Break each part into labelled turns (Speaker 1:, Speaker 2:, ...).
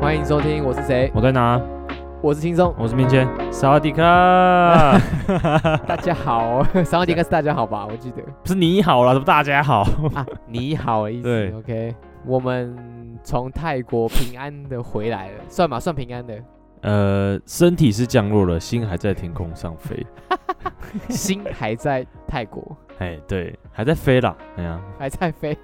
Speaker 1: 欢迎收听，我是谁？
Speaker 2: 我在哪？
Speaker 1: 我是轻 松，
Speaker 2: 我是面签。萨瓦迪 卡，
Speaker 1: 大家好， 上一节应该是大家好吧？我 记得
Speaker 2: 不是你好了，什么大家好？
Speaker 1: 啊，你好的意思
Speaker 2: 对
Speaker 1: ，OK，我们从泰国平安的回来了，算吧，算平安的，
Speaker 2: 呃，身体是降落了，心还在天空上飞。
Speaker 1: 心还在泰国，
Speaker 2: 哎，对，还在飞啦。哎呀，
Speaker 1: 还在飞，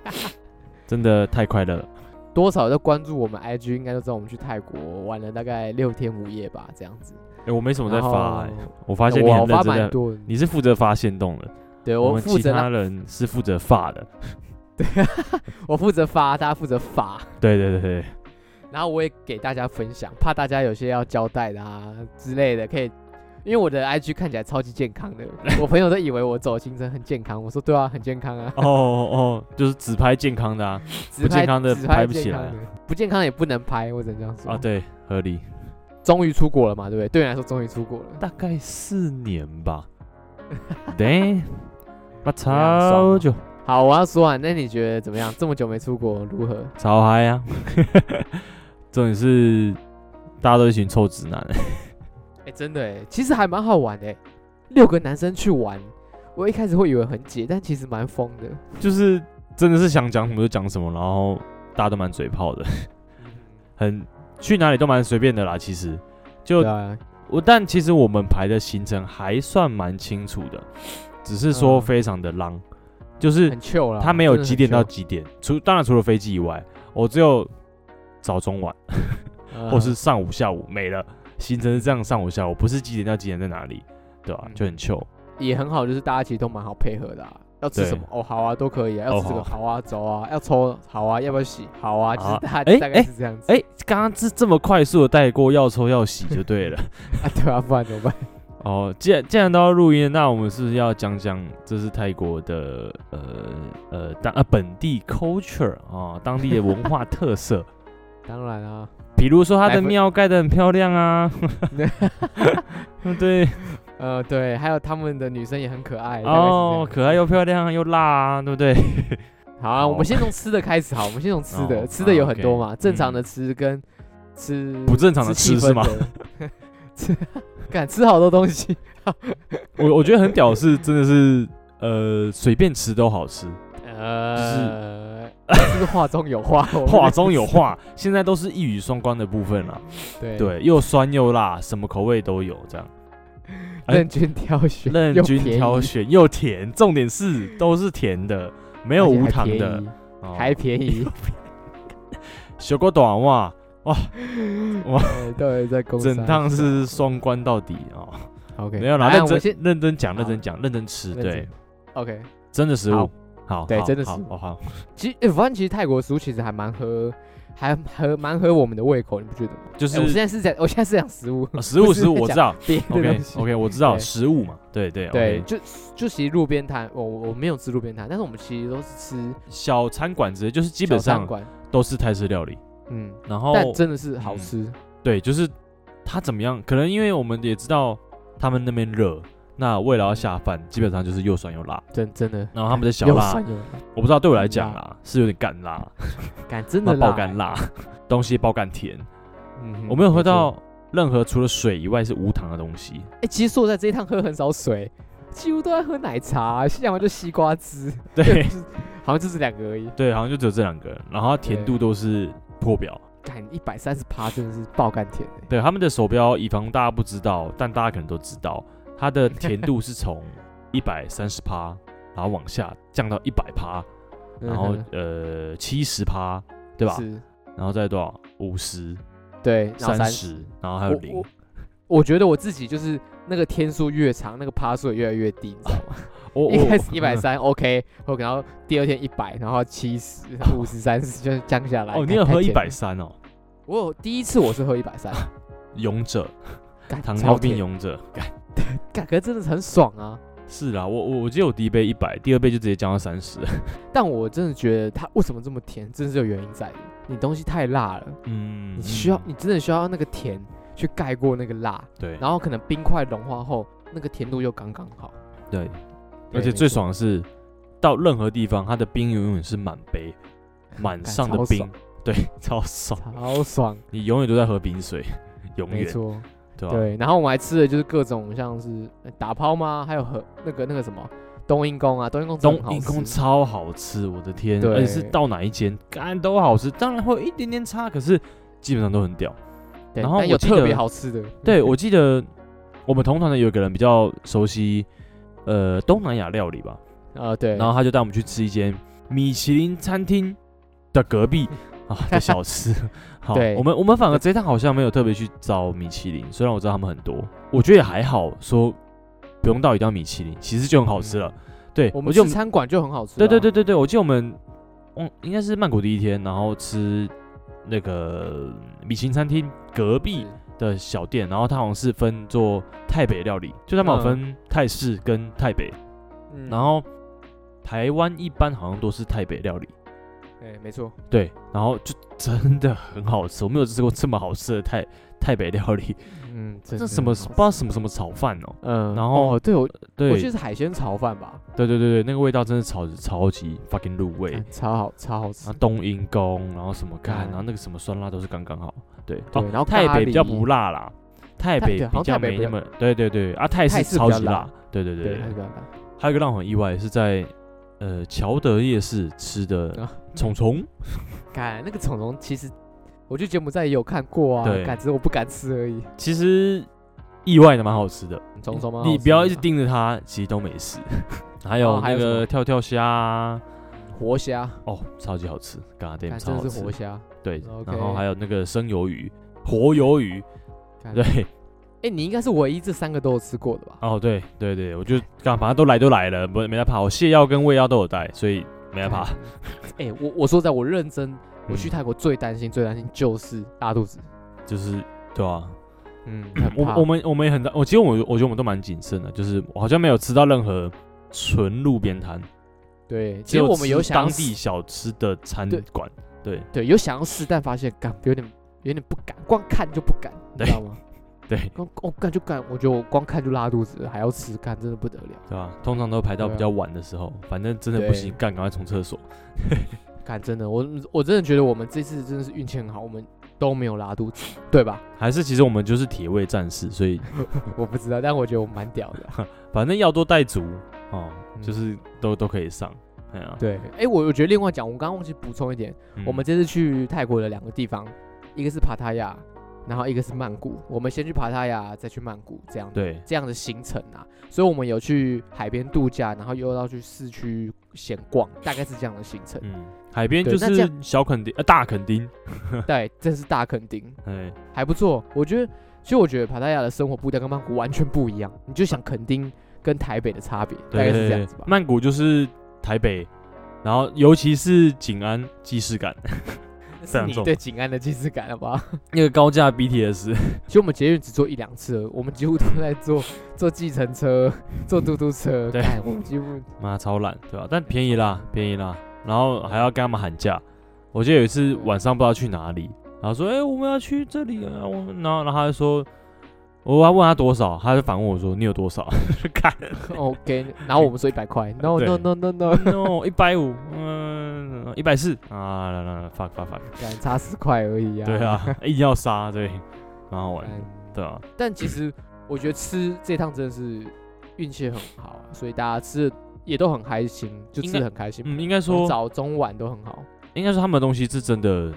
Speaker 2: 真的太快乐了。
Speaker 1: 多少都关注我们 IG，应该都知道我们去泰国玩了大概六天五夜吧，这样子。
Speaker 2: 哎，我没什么在
Speaker 1: 然后
Speaker 2: 发、哎我发现你
Speaker 1: 我
Speaker 2: 很
Speaker 1: 我发
Speaker 2: 认真
Speaker 1: 蛮
Speaker 2: 的，
Speaker 1: 多的，
Speaker 2: 你是负责发现动的，
Speaker 1: 对
Speaker 2: 我
Speaker 1: 我
Speaker 2: 们
Speaker 1: 负
Speaker 2: 其
Speaker 1: 责
Speaker 2: 他
Speaker 1: 让，
Speaker 2: 人是负责发的。
Speaker 1: 我负责发，大家负责发。
Speaker 2: 对对对对，
Speaker 1: 然后我也给大家分享，怕大家有些要交代的啊之类的，可以，因为我的 IG 看起来超级健康 的，我朋友都以为我走行程很健康，我说对啊，很健康啊，
Speaker 2: 哦哦，就是只拍健康的啊，
Speaker 1: 只拍
Speaker 2: 健康的
Speaker 1: 只拍
Speaker 2: 拍不
Speaker 1: 健
Speaker 2: 起
Speaker 1: 康
Speaker 2: 来
Speaker 1: 的，不健康也不能拍，我只能这样说
Speaker 2: 啊，对，合理。
Speaker 1: 终于出国了嘛，对不对？对你来说终于出国了，
Speaker 2: 大概四年 吧。对，我
Speaker 1: 样爽
Speaker 2: 超
Speaker 1: 吗
Speaker 2: 久，
Speaker 1: 好，我要说完，那你觉得怎么样？这么久没出国如何？
Speaker 2: 超嗨啊！ 重点是大家都一群臭直男，欸
Speaker 1: 哎，真的哎，其实还蛮好玩的诶，六个男生去玩，我一开始会以为很解，但其实蛮疯的。
Speaker 2: 就是真的是想讲什么就讲什么，然后大家都蛮嘴炮的， 嗯很去哪里都蛮随便的啦。其实就、
Speaker 1: 对啊，
Speaker 2: 我，但其实我们排的行程还算蛮清楚的，只是说
Speaker 1: 嗯
Speaker 2: 非常的浪，就是
Speaker 1: 很 chill 啦，
Speaker 2: 他没有
Speaker 1: 真的很
Speaker 2: 几点到
Speaker 1: chill，
Speaker 2: 几点，除当然除了飞机以外，我只有早中晚。
Speaker 1: 嗯
Speaker 2: 或是上午、下午没了。行程是这样，上午、下午不是几点到几点在哪里，对吧、
Speaker 1: 嗯
Speaker 2: 就很 chill。
Speaker 1: 也很好，就是大家其实都蛮好配合的、啊。要吃
Speaker 2: 对
Speaker 1: 什么？哦，好啊，都可以啊。要吃这个，
Speaker 2: 哦
Speaker 1: 好啊，走啊。要抽，好啊。要不要洗？好啊。就是
Speaker 2: 好啊
Speaker 1: 大
Speaker 2: 哎
Speaker 1: 大概是这样子。
Speaker 2: 哎、刚刚这这么快速的带过，要抽要洗就对了。
Speaker 1: 啊，对啊，不然怎么办？
Speaker 2: 哦，既然既然都要录音了，那我们是不是要讲讲这是泰国的呃呃当啊本地 culture 啊、当地的文化 特色？
Speaker 1: 当然啊，
Speaker 2: 比如说它
Speaker 1: 来
Speaker 2: 的
Speaker 1: 不
Speaker 2: 庙盖得很漂 亮啊，对
Speaker 1: 呃，对，还有他们的女生也很可爱。大概是这样
Speaker 2: 哦，可爱又漂亮又辣啊，对不对？
Speaker 1: 好啊，我
Speaker 2: 哦
Speaker 1: 们先从吃的开始。好，我们先从吃的，
Speaker 2: 哦
Speaker 1: 吃的有
Speaker 2: 啊
Speaker 1: 很
Speaker 2: ，OK
Speaker 1: 多嘛，正常
Speaker 2: 嗯
Speaker 1: 的吃跟吃
Speaker 2: 不正常的
Speaker 1: 气
Speaker 2: 吃是
Speaker 1: 氛
Speaker 2: 吗
Speaker 1: 的？ 吃，敢吃好多东西。
Speaker 2: 我我觉得很屌是真的是呃随便吃都好吃。
Speaker 1: 呃， 就是话中有话，我不
Speaker 2: 话
Speaker 1: 能
Speaker 2: 中有
Speaker 1: 说。
Speaker 2: 话，现在都是一语双关的部分啦。
Speaker 1: 对，
Speaker 2: 对，又酸又辣，什么口味都有，这样哎
Speaker 1: 任君挑选，
Speaker 2: 任
Speaker 1: 又
Speaker 2: 君
Speaker 1: 便
Speaker 2: 挑
Speaker 1: 宜
Speaker 2: 选，又甜，重点是都是甜的，没
Speaker 1: 没
Speaker 2: 有无糖的，，哦
Speaker 1: 还便 宜。
Speaker 2: 小锅短袜，
Speaker 1: 呃到底在公司
Speaker 2: 整趟是双关到底哦。
Speaker 1: OK，
Speaker 2: 没有啦，
Speaker 1: 来啊我
Speaker 2: 认
Speaker 1: 们先
Speaker 2: 真认真讲，
Speaker 1: 好
Speaker 2: 认真讲，认真吃，
Speaker 1: 认
Speaker 2: 对
Speaker 1: 真，OK。
Speaker 2: 真的食
Speaker 1: 好
Speaker 2: 物，好，
Speaker 1: 对
Speaker 2: 好
Speaker 1: 真的
Speaker 2: 好
Speaker 1: 食物
Speaker 2: 哦好，
Speaker 1: 其实，欸反正其实泰国食物其实还蛮合，还合蛮合我们的胃口，你不觉得吗？
Speaker 2: 就
Speaker 1: 欸我现
Speaker 2: 是
Speaker 1: 在是在，我现在是讲食物，
Speaker 2: 呃食物
Speaker 1: 不是
Speaker 2: 食物，我
Speaker 1: 在
Speaker 2: 知道
Speaker 1: 别的
Speaker 2: ，OK
Speaker 1: 东西。
Speaker 2: OK，我知道
Speaker 1: 对
Speaker 2: 食物嘛，对对
Speaker 1: 对，
Speaker 2: OK
Speaker 1: 就就其实路边摊，我我没有吃路边摊，但是我们其实都是吃
Speaker 2: 小餐馆之类，就是
Speaker 1: 基
Speaker 2: 基本上
Speaker 1: 馆，
Speaker 2: 都是泰式料理，
Speaker 1: 嗯，
Speaker 2: 然后
Speaker 1: 但真的是好
Speaker 2: 嗯
Speaker 1: 吃，
Speaker 2: 对，就是他怎么样？可能因为我们也知道他们那边热，那为了
Speaker 1: 嗯
Speaker 2: 要下饭，基本上就是又酸又辣。
Speaker 1: 真真的
Speaker 2: 然后哦他们的小
Speaker 1: 又
Speaker 2: 辣，
Speaker 1: 酸又辣
Speaker 2: 我不知道对我来讲啦，是有点干辣，
Speaker 1: 敢嗯真
Speaker 2: 那
Speaker 1: 的
Speaker 2: 爆
Speaker 1: 辣欸
Speaker 2: 干，辣，东西爆干甜。
Speaker 1: 嗯哼
Speaker 2: 我没有喝。
Speaker 1: 错
Speaker 2: 到任何除了水以外是无糖的东 西。
Speaker 1: 哎、其实说我在这一趟喝很少水，几乎都在喝奶茶，要么就西瓜汁，
Speaker 2: 对
Speaker 1: 好像就这两个而已。
Speaker 2: 对，好像就只有这两个，然后甜度都是破表。
Speaker 1: 干一百三十趴真的是爆干甜欸
Speaker 2: 对，他们的手标，以防大家不知道，但大家可能都知道，它的甜度 是从一百三十趴，然后往下降到一百趴， 然
Speaker 1: 嗯
Speaker 2: 后
Speaker 1: 哼
Speaker 2: 呃七十趴，对吧？
Speaker 1: 是，
Speaker 2: 然后再多少？五十、
Speaker 1: 对，然后
Speaker 2: 三
Speaker 1: 十。哦
Speaker 2: 十，然后还有
Speaker 1: 我
Speaker 2: 零
Speaker 1: 我。我觉得我自己就是那个天数越长，那个趴数也越来越低，你知道 吗？
Speaker 2: 我
Speaker 1: 一开始一
Speaker 2: 嗯
Speaker 1: 百三 OK，我可 能第二天一百，然后七十、五十、三十，就是降下来。
Speaker 2: 哦，你
Speaker 1: 干
Speaker 2: 有
Speaker 1: 太
Speaker 2: 喝一
Speaker 1: 甜了
Speaker 2: 百三哦？
Speaker 1: 我有第一次我是喝一百 三，
Speaker 2: 勇者，
Speaker 1: 干
Speaker 2: 糖
Speaker 1: 超
Speaker 2: 尿病
Speaker 1: 甜
Speaker 2: 勇者。
Speaker 1: 干，可是真的很爽啊！
Speaker 2: 是啦，我我我记得我第一杯一百，第二杯就直接降到三十。
Speaker 1: 但我真的觉得它为什么这么甜，真的是有原因在的。你东西太辣了，
Speaker 2: 嗯，
Speaker 1: 你需要
Speaker 2: 嗯
Speaker 1: 你真的需要那个甜去盖过那个辣，
Speaker 2: 对
Speaker 1: 然后可能冰块融化后，那个甜度又刚刚好。
Speaker 2: 对，
Speaker 1: 对
Speaker 2: 而且 最爽的是，到任何地方它的冰永远是满杯，满
Speaker 1: 干
Speaker 2: 上的
Speaker 1: 超
Speaker 2: 冰
Speaker 1: 爽，
Speaker 2: 对，超爽，
Speaker 1: 超 爽，
Speaker 2: 你永远都在喝冰水， 永
Speaker 1: 没
Speaker 2: 远，
Speaker 1: 错。
Speaker 2: 对吧、
Speaker 1: 对，然后我们还吃的就是各种像是呃打抛吗？还有和那个那个什么冬阴功啊，冬阴功真的
Speaker 2: 冬
Speaker 1: 很好
Speaker 2: 阴功
Speaker 1: 吃
Speaker 2: 超好吃，我的天！
Speaker 1: 对
Speaker 2: 而且是到哪一间干都好吃，当然会有一点点差，可是基本上都很屌。
Speaker 1: 对，
Speaker 2: 然后
Speaker 1: 但有
Speaker 2: 我记
Speaker 1: 特
Speaker 2: 得
Speaker 1: 别好吃的，
Speaker 2: 对，我记得我们同团的有一个人比较熟悉，呃，东南亚料理吧，
Speaker 1: 呃对，
Speaker 2: 然后他就带我们去吃一间米其林餐厅的隔 壁啊的小吃。好，
Speaker 1: 对
Speaker 2: 我们我们反而这一趟好像没有特别去找米其林，虽然我知道他们很多，我觉得也还好，说不用到一定要米其林，其实就很好吃了。对，
Speaker 1: 我
Speaker 2: 我
Speaker 1: 们
Speaker 2: 记得
Speaker 1: 去餐馆就很好吃啊，
Speaker 2: 对对对对对，我记得我们，嗯，应该是曼谷第一天，然后吃那个米其林餐厅隔壁
Speaker 1: 是
Speaker 2: 的小店，然后它好像是分做泰北料理，就他们有
Speaker 1: 嗯
Speaker 2: 分泰式跟泰北，
Speaker 1: 嗯，
Speaker 2: 然后台湾一般好像都是泰北料理，
Speaker 1: 哎没错，
Speaker 2: 对，然后就真的很好吃，我没有吃过这么好吃的泰泰北料理，
Speaker 1: 嗯，真
Speaker 2: 这
Speaker 1: 的
Speaker 2: 什么
Speaker 1: 很
Speaker 2: 不
Speaker 1: 好
Speaker 2: 知道什么什么炒饭哦，
Speaker 1: 嗯，
Speaker 2: 然后
Speaker 1: 哦对我
Speaker 2: 对，
Speaker 1: 我记得是海鲜炒饭吧，
Speaker 2: 对对对对，那个味道真的超超级 fucking 入味，
Speaker 1: 嗯超好超好吃
Speaker 2: 啊，，冬阴功，然后什么干，
Speaker 1: 嗯
Speaker 2: 然后那个什么酸辣都是刚刚好。对，
Speaker 1: 对
Speaker 2: 哦
Speaker 1: 然后
Speaker 2: 泰
Speaker 1: 咖
Speaker 2: 北比较
Speaker 1: 喱
Speaker 2: 不辣啦，泰
Speaker 1: 泰
Speaker 2: 北
Speaker 1: 对好像
Speaker 2: 比较
Speaker 1: 泰北
Speaker 2: 没
Speaker 1: 比
Speaker 2: 那
Speaker 1: 较
Speaker 2: 么，对对对，啊，泰
Speaker 1: 泰
Speaker 2: 式
Speaker 1: 式
Speaker 2: 超
Speaker 1: 比较
Speaker 2: 级
Speaker 1: 辣
Speaker 2: 辣，对对对
Speaker 1: 对，
Speaker 2: 对
Speaker 1: 还。是比较辣
Speaker 2: 还有一个让我很意外是在呃乔德夜市吃的
Speaker 1: 啊
Speaker 2: 虫虫，
Speaker 1: 看那个虫虫，其实我去柬埔寨也有看过啊
Speaker 2: 对，
Speaker 1: 感只是我不敢吃而已。
Speaker 2: 其实意外的蛮好吃的。
Speaker 1: 虫虫吗？
Speaker 2: 你不要一直盯着它，其实都没 事。还有
Speaker 1: 哦还有
Speaker 2: 那
Speaker 1: 什
Speaker 2: 个
Speaker 1: 么
Speaker 2: 跳跳虾啊，
Speaker 1: 活虾，
Speaker 2: 哦，超级好吃，嘎
Speaker 1: 看
Speaker 2: 喱超
Speaker 1: 真
Speaker 2: 好
Speaker 1: 的是
Speaker 2: 吃
Speaker 1: 活。虾。
Speaker 2: 对，
Speaker 1: OK
Speaker 2: 然后还有那个生鱿鱼、活鱿鱼，
Speaker 1: 干
Speaker 2: 对，
Speaker 1: 哎，你应该是唯一这三个都有吃过的吧？
Speaker 2: 哦，对对对，我就干，反正都来都来了，没没在怕。我泻药跟胃药都有带，所以没在怕。
Speaker 1: 干。哎，我我说实在，我认真，我去
Speaker 2: 嗯
Speaker 1: 泰国最担心最担心就是大肚子。
Speaker 2: 就是对啊，
Speaker 1: 嗯，
Speaker 2: 我我们我们也很大，哦我其实我我觉得我们都蛮谨慎的，就是我好像没有吃到任何纯路边摊，
Speaker 1: 对，其
Speaker 2: 只
Speaker 1: 实
Speaker 2: 有
Speaker 1: 我们有
Speaker 2: 吃
Speaker 1: 想
Speaker 2: 当
Speaker 1: 要
Speaker 2: 地
Speaker 1: 试，
Speaker 2: 小吃的餐
Speaker 1: 对
Speaker 2: 馆。对
Speaker 1: 对，有想要试，但发现干有点有点不敢，光看就不敢，你
Speaker 2: 对
Speaker 1: 知道吗？
Speaker 2: 对
Speaker 1: 光我干就干，我觉得我光看就拉肚子了，还要吃，干真的不得了。
Speaker 2: 对吧？通常都排到
Speaker 1: 对啊
Speaker 2: 比较晚的时候，反正真的不
Speaker 1: 对
Speaker 2: 行，干赶快冲厕所。
Speaker 1: 看，真的，我我真的觉得我们这次真的是运气很好，我们都没有拉肚子， 对吧？
Speaker 2: 还是其实我们就是铁胃战士，所以
Speaker 1: 我不知道，但我觉得我们蛮屌的。
Speaker 2: 反正药都带足哦，
Speaker 1: 嗯
Speaker 2: 就是都都可以上。哎呀，
Speaker 1: 对，哎、我我觉得另外讲，我刚刚忘记补充一点，
Speaker 2: 嗯
Speaker 1: 我们这次去泰国的两个地方，一个是帕塔亚，然后一个是曼谷。我们先去帕塔亚，再去曼谷，这样
Speaker 2: 对
Speaker 1: 这样的行程啊。所以我们有去海边度假，然后又要去市区闲逛，大概是这样的行程。
Speaker 2: 嗯，海边
Speaker 1: 对
Speaker 2: 就
Speaker 1: 那这
Speaker 2: 是
Speaker 1: 样
Speaker 2: 小垦丁，呃，大垦丁，
Speaker 1: 对，真是大垦丁，
Speaker 2: 哎，
Speaker 1: 还不错。我觉得，其实我觉得帕塔亚的生活步调跟曼谷完全不一样。你就想垦丁跟台北的差别，大概是
Speaker 2: 对对
Speaker 1: 这
Speaker 2: 对
Speaker 1: 样子，吧。
Speaker 2: 曼谷就是台北，然后尤其是景安既视感，
Speaker 1: 那
Speaker 2: 非
Speaker 1: 是
Speaker 2: 常
Speaker 1: 你
Speaker 2: 重
Speaker 1: 对景安的既视感了吧？
Speaker 2: 那个高架 BTS，
Speaker 1: 其实我们捷运只坐一两次了，我们几乎都在坐坐计程车、坐嘟嘟车。
Speaker 2: 嗯对
Speaker 1: 干我们几乎
Speaker 2: 妈超懒，对吧、但便宜啦，便宜啦，然后还要跟他们喊价。我记得有一次晚上不知道去哪里，然后说，哎、我们要去这里啊，我们，然后然后他就说，我要问他多少，他就反问我说，你有多少？ 看
Speaker 1: OK，然后我们说一百 块，No No No No No，
Speaker 2: ，no，一百五，嗯，一百四啊，来来来，fuck fuck fuck，
Speaker 1: 敢差十块而已啊。
Speaker 2: 对啊， 硬要杀，对，蛮好玩
Speaker 1: 干，
Speaker 2: 的，对啊，
Speaker 1: 但其实我觉得吃这趟真的是运气很好啊，所以大家吃的也都很开心，就
Speaker 2: 应
Speaker 1: 吃
Speaker 2: 该
Speaker 1: 的很开心。
Speaker 2: 嗯，应该
Speaker 1: 从
Speaker 2: 说
Speaker 1: 早中晚都很好，
Speaker 2: 应该说他们的东西是真的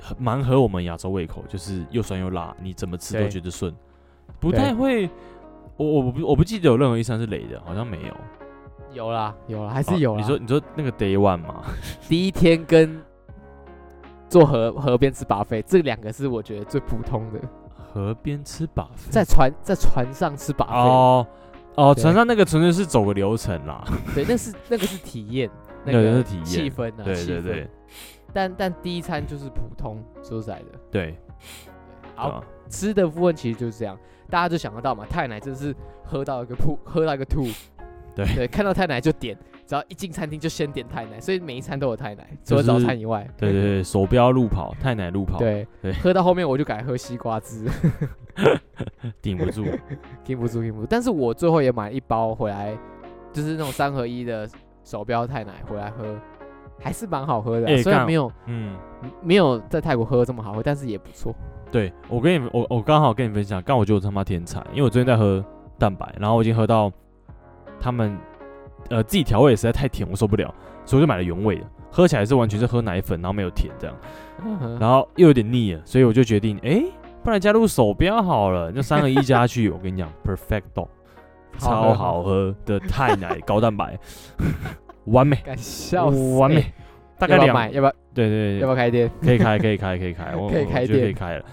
Speaker 2: 很蛮合我们亚洲胃口，就是又酸又辣，你怎么吃都
Speaker 1: 对
Speaker 2: 觉得顺，不
Speaker 1: 对
Speaker 2: 太会。我我不我不记得有任何一餐是雷的，好像没有，
Speaker 1: 有啦有啦，还
Speaker 2: 啊
Speaker 1: 是有啦。
Speaker 2: 你说你说那个 day one 嘛，
Speaker 1: 哦第一天跟坐河河边吃把费，这两个是我觉得最普通 的，
Speaker 2: 河边吃把费
Speaker 1: 在船在船上吃把费。
Speaker 2: 哦哦，
Speaker 1: 对
Speaker 2: 船上那个纯粹是走个流程啦，
Speaker 1: 对，那是那个是体验，那
Speaker 2: 对那
Speaker 1: 个
Speaker 2: 是体验
Speaker 1: 气氛啊，
Speaker 2: 对
Speaker 1: 气
Speaker 2: 对
Speaker 1: 氛
Speaker 2: 对。
Speaker 1: 但但第一餐就是普通，说实在的，
Speaker 2: 对，
Speaker 1: 好
Speaker 2: 对啊
Speaker 1: 吃的部分其实就是这样，大家就想得到嘛，太奶真的是喝到一个吐，喝到一个吐，
Speaker 2: 对
Speaker 1: 看到太奶就点，只要一进餐厅就先点太奶，所以每一餐都有太奶，除
Speaker 2: 就
Speaker 1: 了早
Speaker 2: 是
Speaker 1: 餐以外，
Speaker 2: 对对对，手标路跑，太奶路跑，
Speaker 1: 对
Speaker 2: 对
Speaker 1: 喝到后面我就改喝西瓜汁，
Speaker 2: 顶不住，
Speaker 1: 禁不住禁不住，但是我最后也买了一包回来，就是那种三合一的手标太奶回来喝，还是蛮好喝的啊、
Speaker 2: 哎
Speaker 1: 虽然
Speaker 2: 干
Speaker 1: 没有
Speaker 2: 嗯，
Speaker 1: 没有在泰国喝这么好喝，但是也不错。
Speaker 2: 对我跟你我我刚好跟你分享，刚好我觉得我他妈天才，因为我最近在喝蛋白，然后我已经喝到他们呃自己调味实在太甜，我受不了，所以我就买了原味的，喝起来是完全是喝奶粉，然后没有甜这样，
Speaker 1: 嗯哼
Speaker 2: 然后又有点腻了，所以我就决定，哎、不然加入手标好了，就三合一加去，我跟你讲，perfecto，
Speaker 1: 好
Speaker 2: 超
Speaker 1: 喝
Speaker 2: 好喝的太奶高 蛋白，完美，
Speaker 1: 敢笑死！
Speaker 2: 完美
Speaker 1: 欸，
Speaker 2: 大概
Speaker 1: 要不
Speaker 2: 两
Speaker 1: 要买？要不要
Speaker 2: 对对
Speaker 1: 要不
Speaker 2: 对，
Speaker 1: 要开店？
Speaker 2: 可以开可以开可以开，我
Speaker 1: 可以
Speaker 2: 我
Speaker 1: 开
Speaker 2: 觉得可以
Speaker 1: 店
Speaker 2: 开了，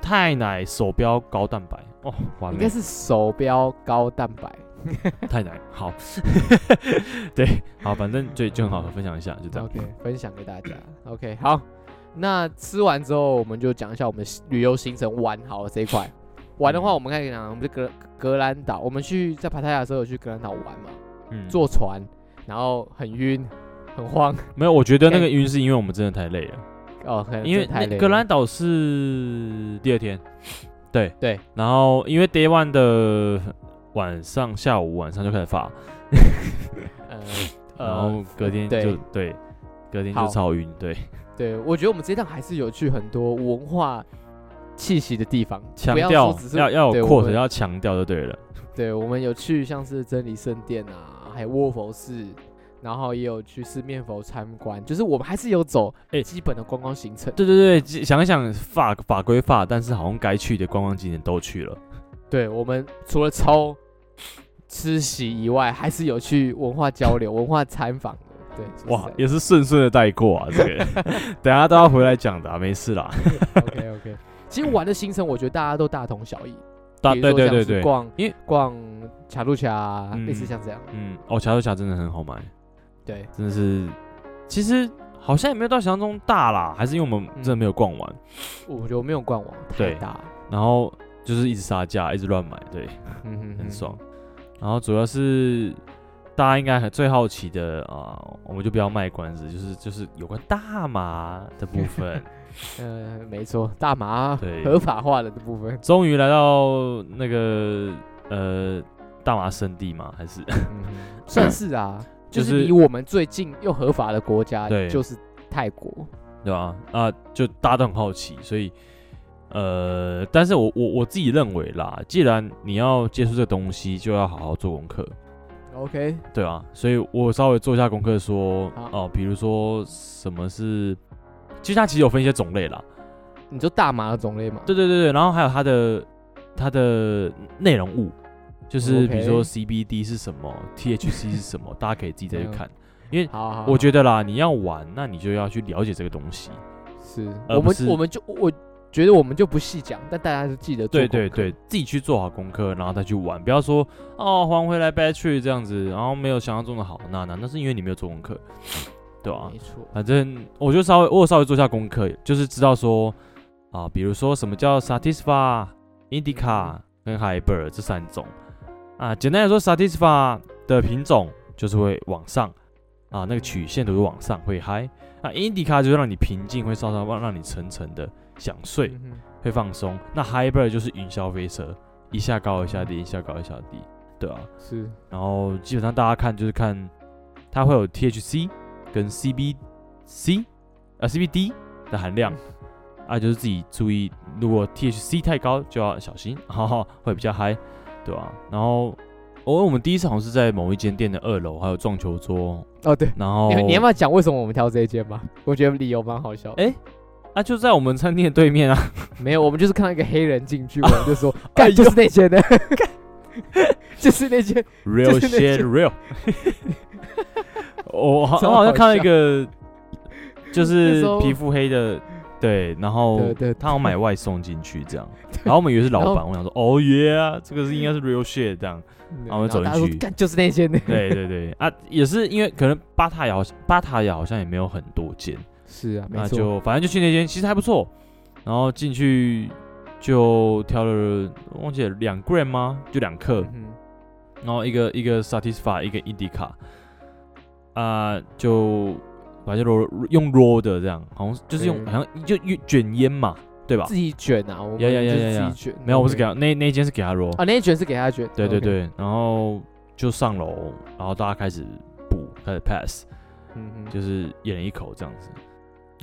Speaker 2: 太奶手标高蛋白哦，完
Speaker 1: 应
Speaker 2: 美
Speaker 1: 该，是手标高蛋白，
Speaker 2: 太奶好， 对，好，反正就就很好喝，分享一下，就这样，
Speaker 1: OK，分享给大家。OK，好，那吃完之后，我们就讲一下我们旅游行程玩好了这一块。玩的
Speaker 2: 嗯
Speaker 1: 话，我们可以讲，我们是格格兰岛，我们去在帕塔亚的时候有去格兰岛玩嘛，
Speaker 2: 嗯，
Speaker 1: 坐船，然后很晕，很慌，
Speaker 2: 没有，我觉得那
Speaker 1: 可
Speaker 2: 个
Speaker 1: 以
Speaker 2: 晕是因为我们真的太累了。
Speaker 1: 哦，很
Speaker 2: 因为
Speaker 1: 太累
Speaker 2: 那
Speaker 1: 了。
Speaker 2: 格兰岛是第二天，对
Speaker 1: 对，
Speaker 2: 然后因为 Day One 的晚上、下午、晚上就开始发，
Speaker 1: 呃，
Speaker 2: 然后
Speaker 1: 呃，
Speaker 2: 隔天
Speaker 1: 对
Speaker 2: 就对，隔天就
Speaker 1: 好
Speaker 2: 超晕，对，
Speaker 1: 对，我觉得我们这一趟还是有去很多文化气息的地方，
Speaker 2: 强
Speaker 1: 不要
Speaker 2: 调
Speaker 1: 说只是
Speaker 2: 要要
Speaker 1: 对
Speaker 2: 有
Speaker 1: 我
Speaker 2: quote
Speaker 1: 们
Speaker 2: 要强调就对了，
Speaker 1: 对，我们有去像是真理圣殿啊，还有卧佛寺，然后也有去四面佛参观，就是我们还是有走
Speaker 2: 哎
Speaker 1: 基本的观光行程。
Speaker 2: 对对对，想一想法法规法，但是好像该去的观光景点都去了，
Speaker 1: 对我们除了抽吃席以外，还是有去文化交流、文化参访的。对，就是啊
Speaker 2: 哇，
Speaker 1: 这样
Speaker 2: 也是顺顺的带过啊，这个 等下都要回来讲的、啊，没事啦，
Speaker 1: OK OK。其实玩的行程，我觉得大家都大同小异。
Speaker 2: 大
Speaker 1: 比如
Speaker 2: 对
Speaker 1: 说
Speaker 2: 对
Speaker 1: 像
Speaker 2: 对
Speaker 1: 是
Speaker 2: 对，
Speaker 1: 逛
Speaker 2: 因为
Speaker 1: 逛卡路卡，类似
Speaker 2: 嗯
Speaker 1: 像这样。
Speaker 2: 嗯，哦，桥头峡真的很好买。
Speaker 1: 对，
Speaker 2: 真的是，其实好像也没有到想象中大啦，还是因为我们真的没有逛完，
Speaker 1: 我觉得我没有逛完，太
Speaker 2: 对
Speaker 1: 大了，
Speaker 2: 然后就是一直杀价，一直乱买，对，
Speaker 1: 嗯哼
Speaker 2: 很爽。。然后主要是大家应该很最好奇的啊、我们就不要卖关子，就是就是有关大麻的部分，
Speaker 1: 呃，没错，大麻
Speaker 2: 对
Speaker 1: 合法化了的部分。
Speaker 2: 终于来到那个呃大麻圣地嘛，还是
Speaker 1: 嗯哼算是啊，就
Speaker 2: 就是
Speaker 1: 是离我们最近又合法的国家
Speaker 2: 对
Speaker 1: 就是泰国。
Speaker 2: 对吧、啊？就大家都很好奇，所以。呃，但是我我我自己认为啦，既然你要接触这个东西，就要好好做功课。
Speaker 1: OK，
Speaker 2: 对啊，所以我稍微做一下功课，说
Speaker 1: 好
Speaker 2: 哦，比如说什么是，其实它其实有分一些种类啦，
Speaker 1: 你就大麻的种类嘛？
Speaker 2: 对对对对，然后还有它的它的内容物，就是比如说
Speaker 1: 哦 OK
Speaker 2: CBD 是什么，THC 是什么，大家可以自己再去
Speaker 1: 嗯
Speaker 2: 看。
Speaker 1: 好，好好，
Speaker 2: 我觉得啦，你要玩，那你就要去了解这个东西。
Speaker 1: 是，
Speaker 2: 而
Speaker 1: 我
Speaker 2: 不
Speaker 1: 们
Speaker 2: 是
Speaker 1: 我们就我觉得我们就不细讲，但大家就记得做
Speaker 2: 对对
Speaker 1: 功课
Speaker 2: 对，，自己去做好功课，然后再去玩，不要说哦还回来 back 去这样子，然后没有想象中的好，那那那是因为你没有做功课，对啊
Speaker 1: 没，错。
Speaker 2: 反正我就稍微我有稍微做一下功课，就是知道说啊，比如说什么叫 Satisfa、Indica 跟 Hyper 这三种啊。简单来说，Satisfa 的品种就是会往上啊，那个曲线都会往上，会嗨啊。Indica 就是让你平静，会稍稍让让你沉沉的想睡，
Speaker 1: 嗯
Speaker 2: 会放松。那 Hyper 就是云霄飞车，一下高一下低，一下高一下低，对啊。
Speaker 1: 哼，是
Speaker 2: 然后基本上大家看就是看它会有 THC 跟 CBC 啊 CBD 的含量
Speaker 1: 嗯
Speaker 2: 啊，就是自己注意，如果 THC 太高就要小心， 哈哈，会比较嗨，对吧、然后哦，我们第一次好像是在某一间店的二楼，还有撞球桌，
Speaker 1: 哦，对，
Speaker 2: 然后
Speaker 1: 你你要不要讲为什么我们挑这一间吧？我觉得理由蛮好笑的。
Speaker 2: 哎啊就在我们餐厅的对面啊，
Speaker 1: 没有，我们就是看到一个黑人进去，我们就 说，
Speaker 2: 哎
Speaker 1: 干就是那间的，就是那间，
Speaker 2: Real
Speaker 1: 就是那
Speaker 2: shit
Speaker 1: 种
Speaker 2: real 我。我好，
Speaker 1: 超
Speaker 2: 我好
Speaker 1: 好
Speaker 2: 像看到一
Speaker 1: 笑
Speaker 2: 个，就
Speaker 1: 那
Speaker 2: 是
Speaker 1: 时候
Speaker 2: 皮肤黑的，对，然后
Speaker 1: 对对
Speaker 2: 哦他要 买外送进去这样，然后我们以为是老
Speaker 1: 然后
Speaker 2: 板，我想说，哦耶啊，这个是应该是 real shit 这 样，
Speaker 1: 然
Speaker 2: 我们走进
Speaker 1: 大家说
Speaker 2: 去
Speaker 1: 干就是那间的，
Speaker 2: 对对对啊，也是因为可能巴塔雅好像巴塔雅好像也没有很多间，
Speaker 1: 是啊，没
Speaker 2: 那
Speaker 1: 错，
Speaker 2: 就反正就去那间，其实还不错，然后进去就挑了忘记了两 gram 吗？就两克，
Speaker 1: 嗯
Speaker 2: 然后一个一个 Satisfy，一个 Indica，啊、就反正就 roll 用 roll 的这样，好像是就是用
Speaker 1: 对
Speaker 2: 好像就就卷烟嘛，对吧
Speaker 1: 哼，？自己卷啊，我们
Speaker 2: 呀呀呀
Speaker 1: 就是
Speaker 2: 呀呀
Speaker 1: 自己卷，
Speaker 2: 没有，我是给
Speaker 1: OK
Speaker 2: 他那那一间是给他 roll，、
Speaker 1: 啊，那一卷是给他卷，
Speaker 2: 对对
Speaker 1: OK，
Speaker 2: 对然后就上楼，然后大家开始补，开始 pass，
Speaker 1: 嗯哼
Speaker 2: 就是一人一口这样子。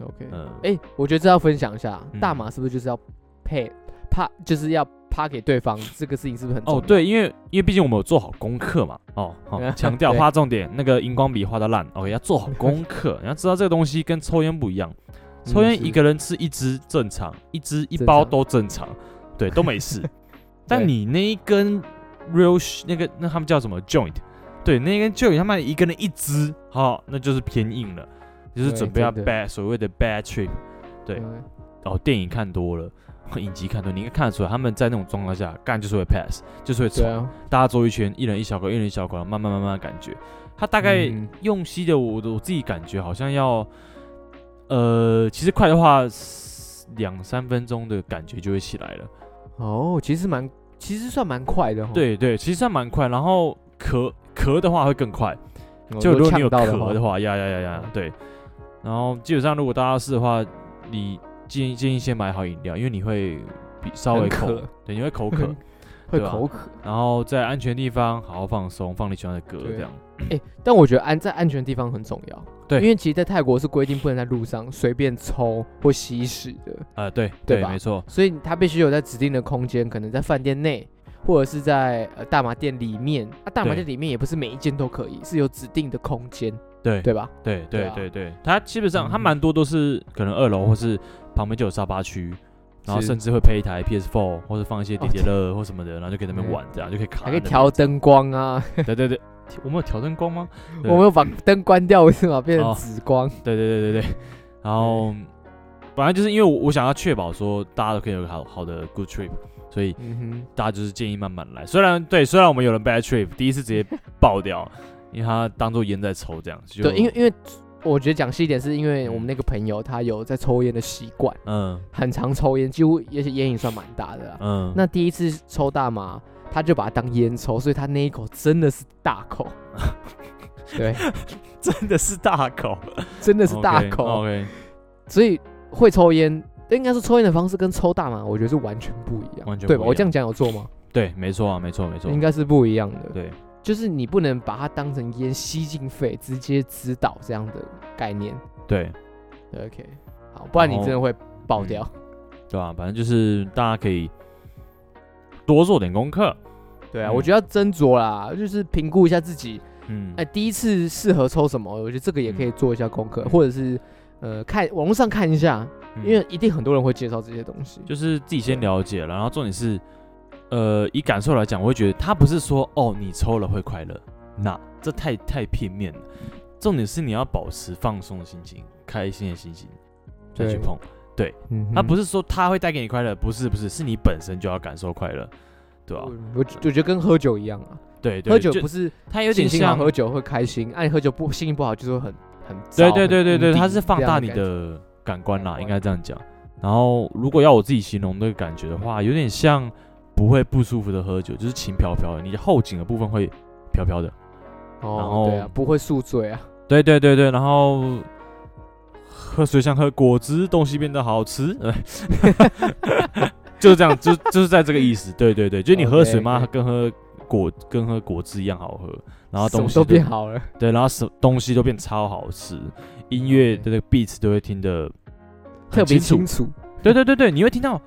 Speaker 1: ，OK，
Speaker 2: 嗯，
Speaker 1: 哎、我觉得这要分享一下，
Speaker 2: 嗯
Speaker 1: 大麻是不是就是要配啪，就是要啪给对方？这个事情是不是很重要
Speaker 2: 哦，，对，因为因为毕竟我们有做好功课嘛，哦，好、 强调
Speaker 1: 对
Speaker 2: 画重点，那个荧光笔画到烂，OK，要做好功 课，你要知道这个东西跟抽烟不一样，抽
Speaker 1: 嗯
Speaker 2: 烟
Speaker 1: 是
Speaker 2: 一个人吃一支正常，一支一
Speaker 1: 正
Speaker 2: 包
Speaker 1: 常
Speaker 2: 都正常，对，都 没事。但
Speaker 1: 对
Speaker 2: 你那一根 real sh- 那个那他们叫什么 joint，对，那一根 joint 他们一个人一支，好、那就是偏硬了，就是
Speaker 1: 对
Speaker 2: 准备要
Speaker 1: 真的
Speaker 2: bad 所谓的 bad trip。对
Speaker 1: 嗯
Speaker 2: 哦，电影看多了， 影集看多了，你应该看得出来，他们在那种状况下干就是会 pass，就是会
Speaker 1: 对
Speaker 2: 冲，
Speaker 1: 啊，
Speaker 2: 大家坐一圈，一人一小口，一人一小口，慢慢慢慢的感觉。他大概
Speaker 1: 嗯
Speaker 2: 用吸的我，我自己感觉好像要，呃，其实快的话两三分钟的感觉就会起来了。
Speaker 1: 哦，其实蛮，其实算蛮快的哦，
Speaker 2: 对对，其实算蛮快。然后咳咳的话会更快，
Speaker 1: 哦，
Speaker 2: 就如果你有
Speaker 1: 呛到的
Speaker 2: 咳的
Speaker 1: 话，哦
Speaker 2: 话，呀呀呀呀，对。然后基本上如果大家试的话，你建议建议先买好饮料，因为你会比稍微
Speaker 1: 很
Speaker 2: 口
Speaker 1: 渴，，
Speaker 2: 对，你会口渴
Speaker 1: 会
Speaker 2: 对啊
Speaker 1: 口渴。
Speaker 2: 然后在安全地方好好放松，放你喜欢的歌
Speaker 1: 对
Speaker 2: 这样。
Speaker 1: 但我觉得安在安全的地方很重要，
Speaker 2: 对
Speaker 1: 因为其实，在泰国是规定不能在路上随便抽或吸食的，
Speaker 2: 呃，对
Speaker 1: 对
Speaker 2: 对，
Speaker 1: 吧
Speaker 2: 没错，
Speaker 1: 所以它必须有在指定的空间，可能在饭店内，或者是在呃大麻店里面。那、大麻
Speaker 2: 对
Speaker 1: 店里面也不是每一间都可以，是有指定的空间，
Speaker 2: 对
Speaker 1: 对吧？
Speaker 2: 对
Speaker 1: 对
Speaker 2: 对
Speaker 1: 啊
Speaker 2: 对对，它基本上它
Speaker 1: 嗯
Speaker 2: 蛮多都是可能二楼或是旁边就有沙发区，然后
Speaker 1: 是
Speaker 2: 甚至会配一台 PS4 或者放一些
Speaker 1: 哦
Speaker 2: 叠叠乐或什么的，然后就可以在那
Speaker 1: 嗯
Speaker 2: 边玩，这样就可以卡。
Speaker 1: 还可以调。灯光啊，
Speaker 2: 对 对对，我们有调灯光吗？对
Speaker 1: 我们有把灯关掉，为什么变成
Speaker 2: 哦
Speaker 1: 紫光？
Speaker 2: 对对对对对。然后，本来就是因为我我想要确保说大家都可以有个好好的 good trip，所以
Speaker 1: 嗯
Speaker 2: 大家就是建议慢慢来。虽然对，虽然我们有人 bad trip，第一次 直接爆掉，因为他当做烟在抽这样。
Speaker 1: 哼，
Speaker 2: 就
Speaker 1: 对，因为因为我觉得讲细一点，是因为
Speaker 2: 嗯
Speaker 1: 我们那个朋友他有在抽烟的习惯，
Speaker 2: 嗯
Speaker 1: 很常抽烟，几乎也是烟瘾算蛮大的、啊。
Speaker 2: 嗯，
Speaker 1: 那第一次抽大麻，他就把它当烟抽，所以他那一口真的是大 口，对，
Speaker 2: 真的是大口，
Speaker 1: 真的是大口。
Speaker 2: OK，
Speaker 1: 所以会抽烟，应该说抽烟的方式跟抽大麻，我觉得是完全不一样，
Speaker 2: 完全
Speaker 1: 对
Speaker 2: 不
Speaker 1: 吧？
Speaker 2: 一
Speaker 1: 我这
Speaker 2: 样
Speaker 1: 样讲有错吗？
Speaker 2: 对，没错啊，没错，没错，
Speaker 1: 应该是不一样的，
Speaker 2: 对，
Speaker 1: 就是你不能把它当成烟吸进肺，直接指导这样的概念。
Speaker 2: 对，
Speaker 1: OK，好，不然你嗯
Speaker 2: 然后
Speaker 1: 真的会爆掉。
Speaker 2: 对啊，反正就是大家可以多做点功课，
Speaker 1: 对啊，
Speaker 2: 嗯
Speaker 1: 我觉得要斟酌啦，就是评估一下自己，
Speaker 2: 嗯，
Speaker 1: 哎，第一次适合抽什么？我觉得这个也可以做一下功课，或者是呃，看网络上看一下，
Speaker 2: 嗯
Speaker 1: 因为一定很多人会介绍这些东西。
Speaker 2: 就是自己先了解了，然后重点是，呃，以感受来讲，我会觉得他不是说哦，你抽了会快乐，那这太太片面了，重点是你要保持放松的心情，开心的心情再去
Speaker 1: 对
Speaker 2: 碰。
Speaker 1: 嗯哼，
Speaker 2: 他啊不是说他会带给你快乐，不是不是，是你本身就要感受快乐，对吧、
Speaker 1: 我，我我觉得跟喝酒一样啊，
Speaker 2: 对对，
Speaker 1: 喝酒
Speaker 2: 就
Speaker 1: 不是
Speaker 2: 他有
Speaker 1: 心啊
Speaker 2: 点
Speaker 1: 情好
Speaker 2: 像
Speaker 1: 喝酒会开心，哎、你喝酒不心情不好就是会很很糟
Speaker 2: 对对对对对，它是放大你，
Speaker 1: 很低这样感觉
Speaker 2: 的感官啦，
Speaker 1: 感
Speaker 2: 应该这样讲。然后如果要我自己形容那个感觉的话，有点像不会不舒服的喝酒，就是轻飘飘的，你的后颈的部分会飘飘的。然
Speaker 1: 哦
Speaker 2: 后，
Speaker 1: 对啊，不会宿醉啊，
Speaker 2: 对对对对，然后喝水像喝果汁，东西变得好吃，呃 就是这样，就就是在这个意思。对对对，就是你喝水嘛，
Speaker 1: OK，OK
Speaker 2: 跟喝果跟喝果汁一样好喝，然后
Speaker 1: 什
Speaker 2: 东
Speaker 1: 么
Speaker 2: 西
Speaker 1: 都
Speaker 2: 就
Speaker 1: 变好了，
Speaker 2: 对，然后什东西都变超好吃，音乐
Speaker 1: OK
Speaker 2: 的那个 beats 都会听得
Speaker 1: 嗯特别
Speaker 2: 清
Speaker 1: 清
Speaker 2: 楚。
Speaker 1: 楚，
Speaker 2: 对对对对，你会听到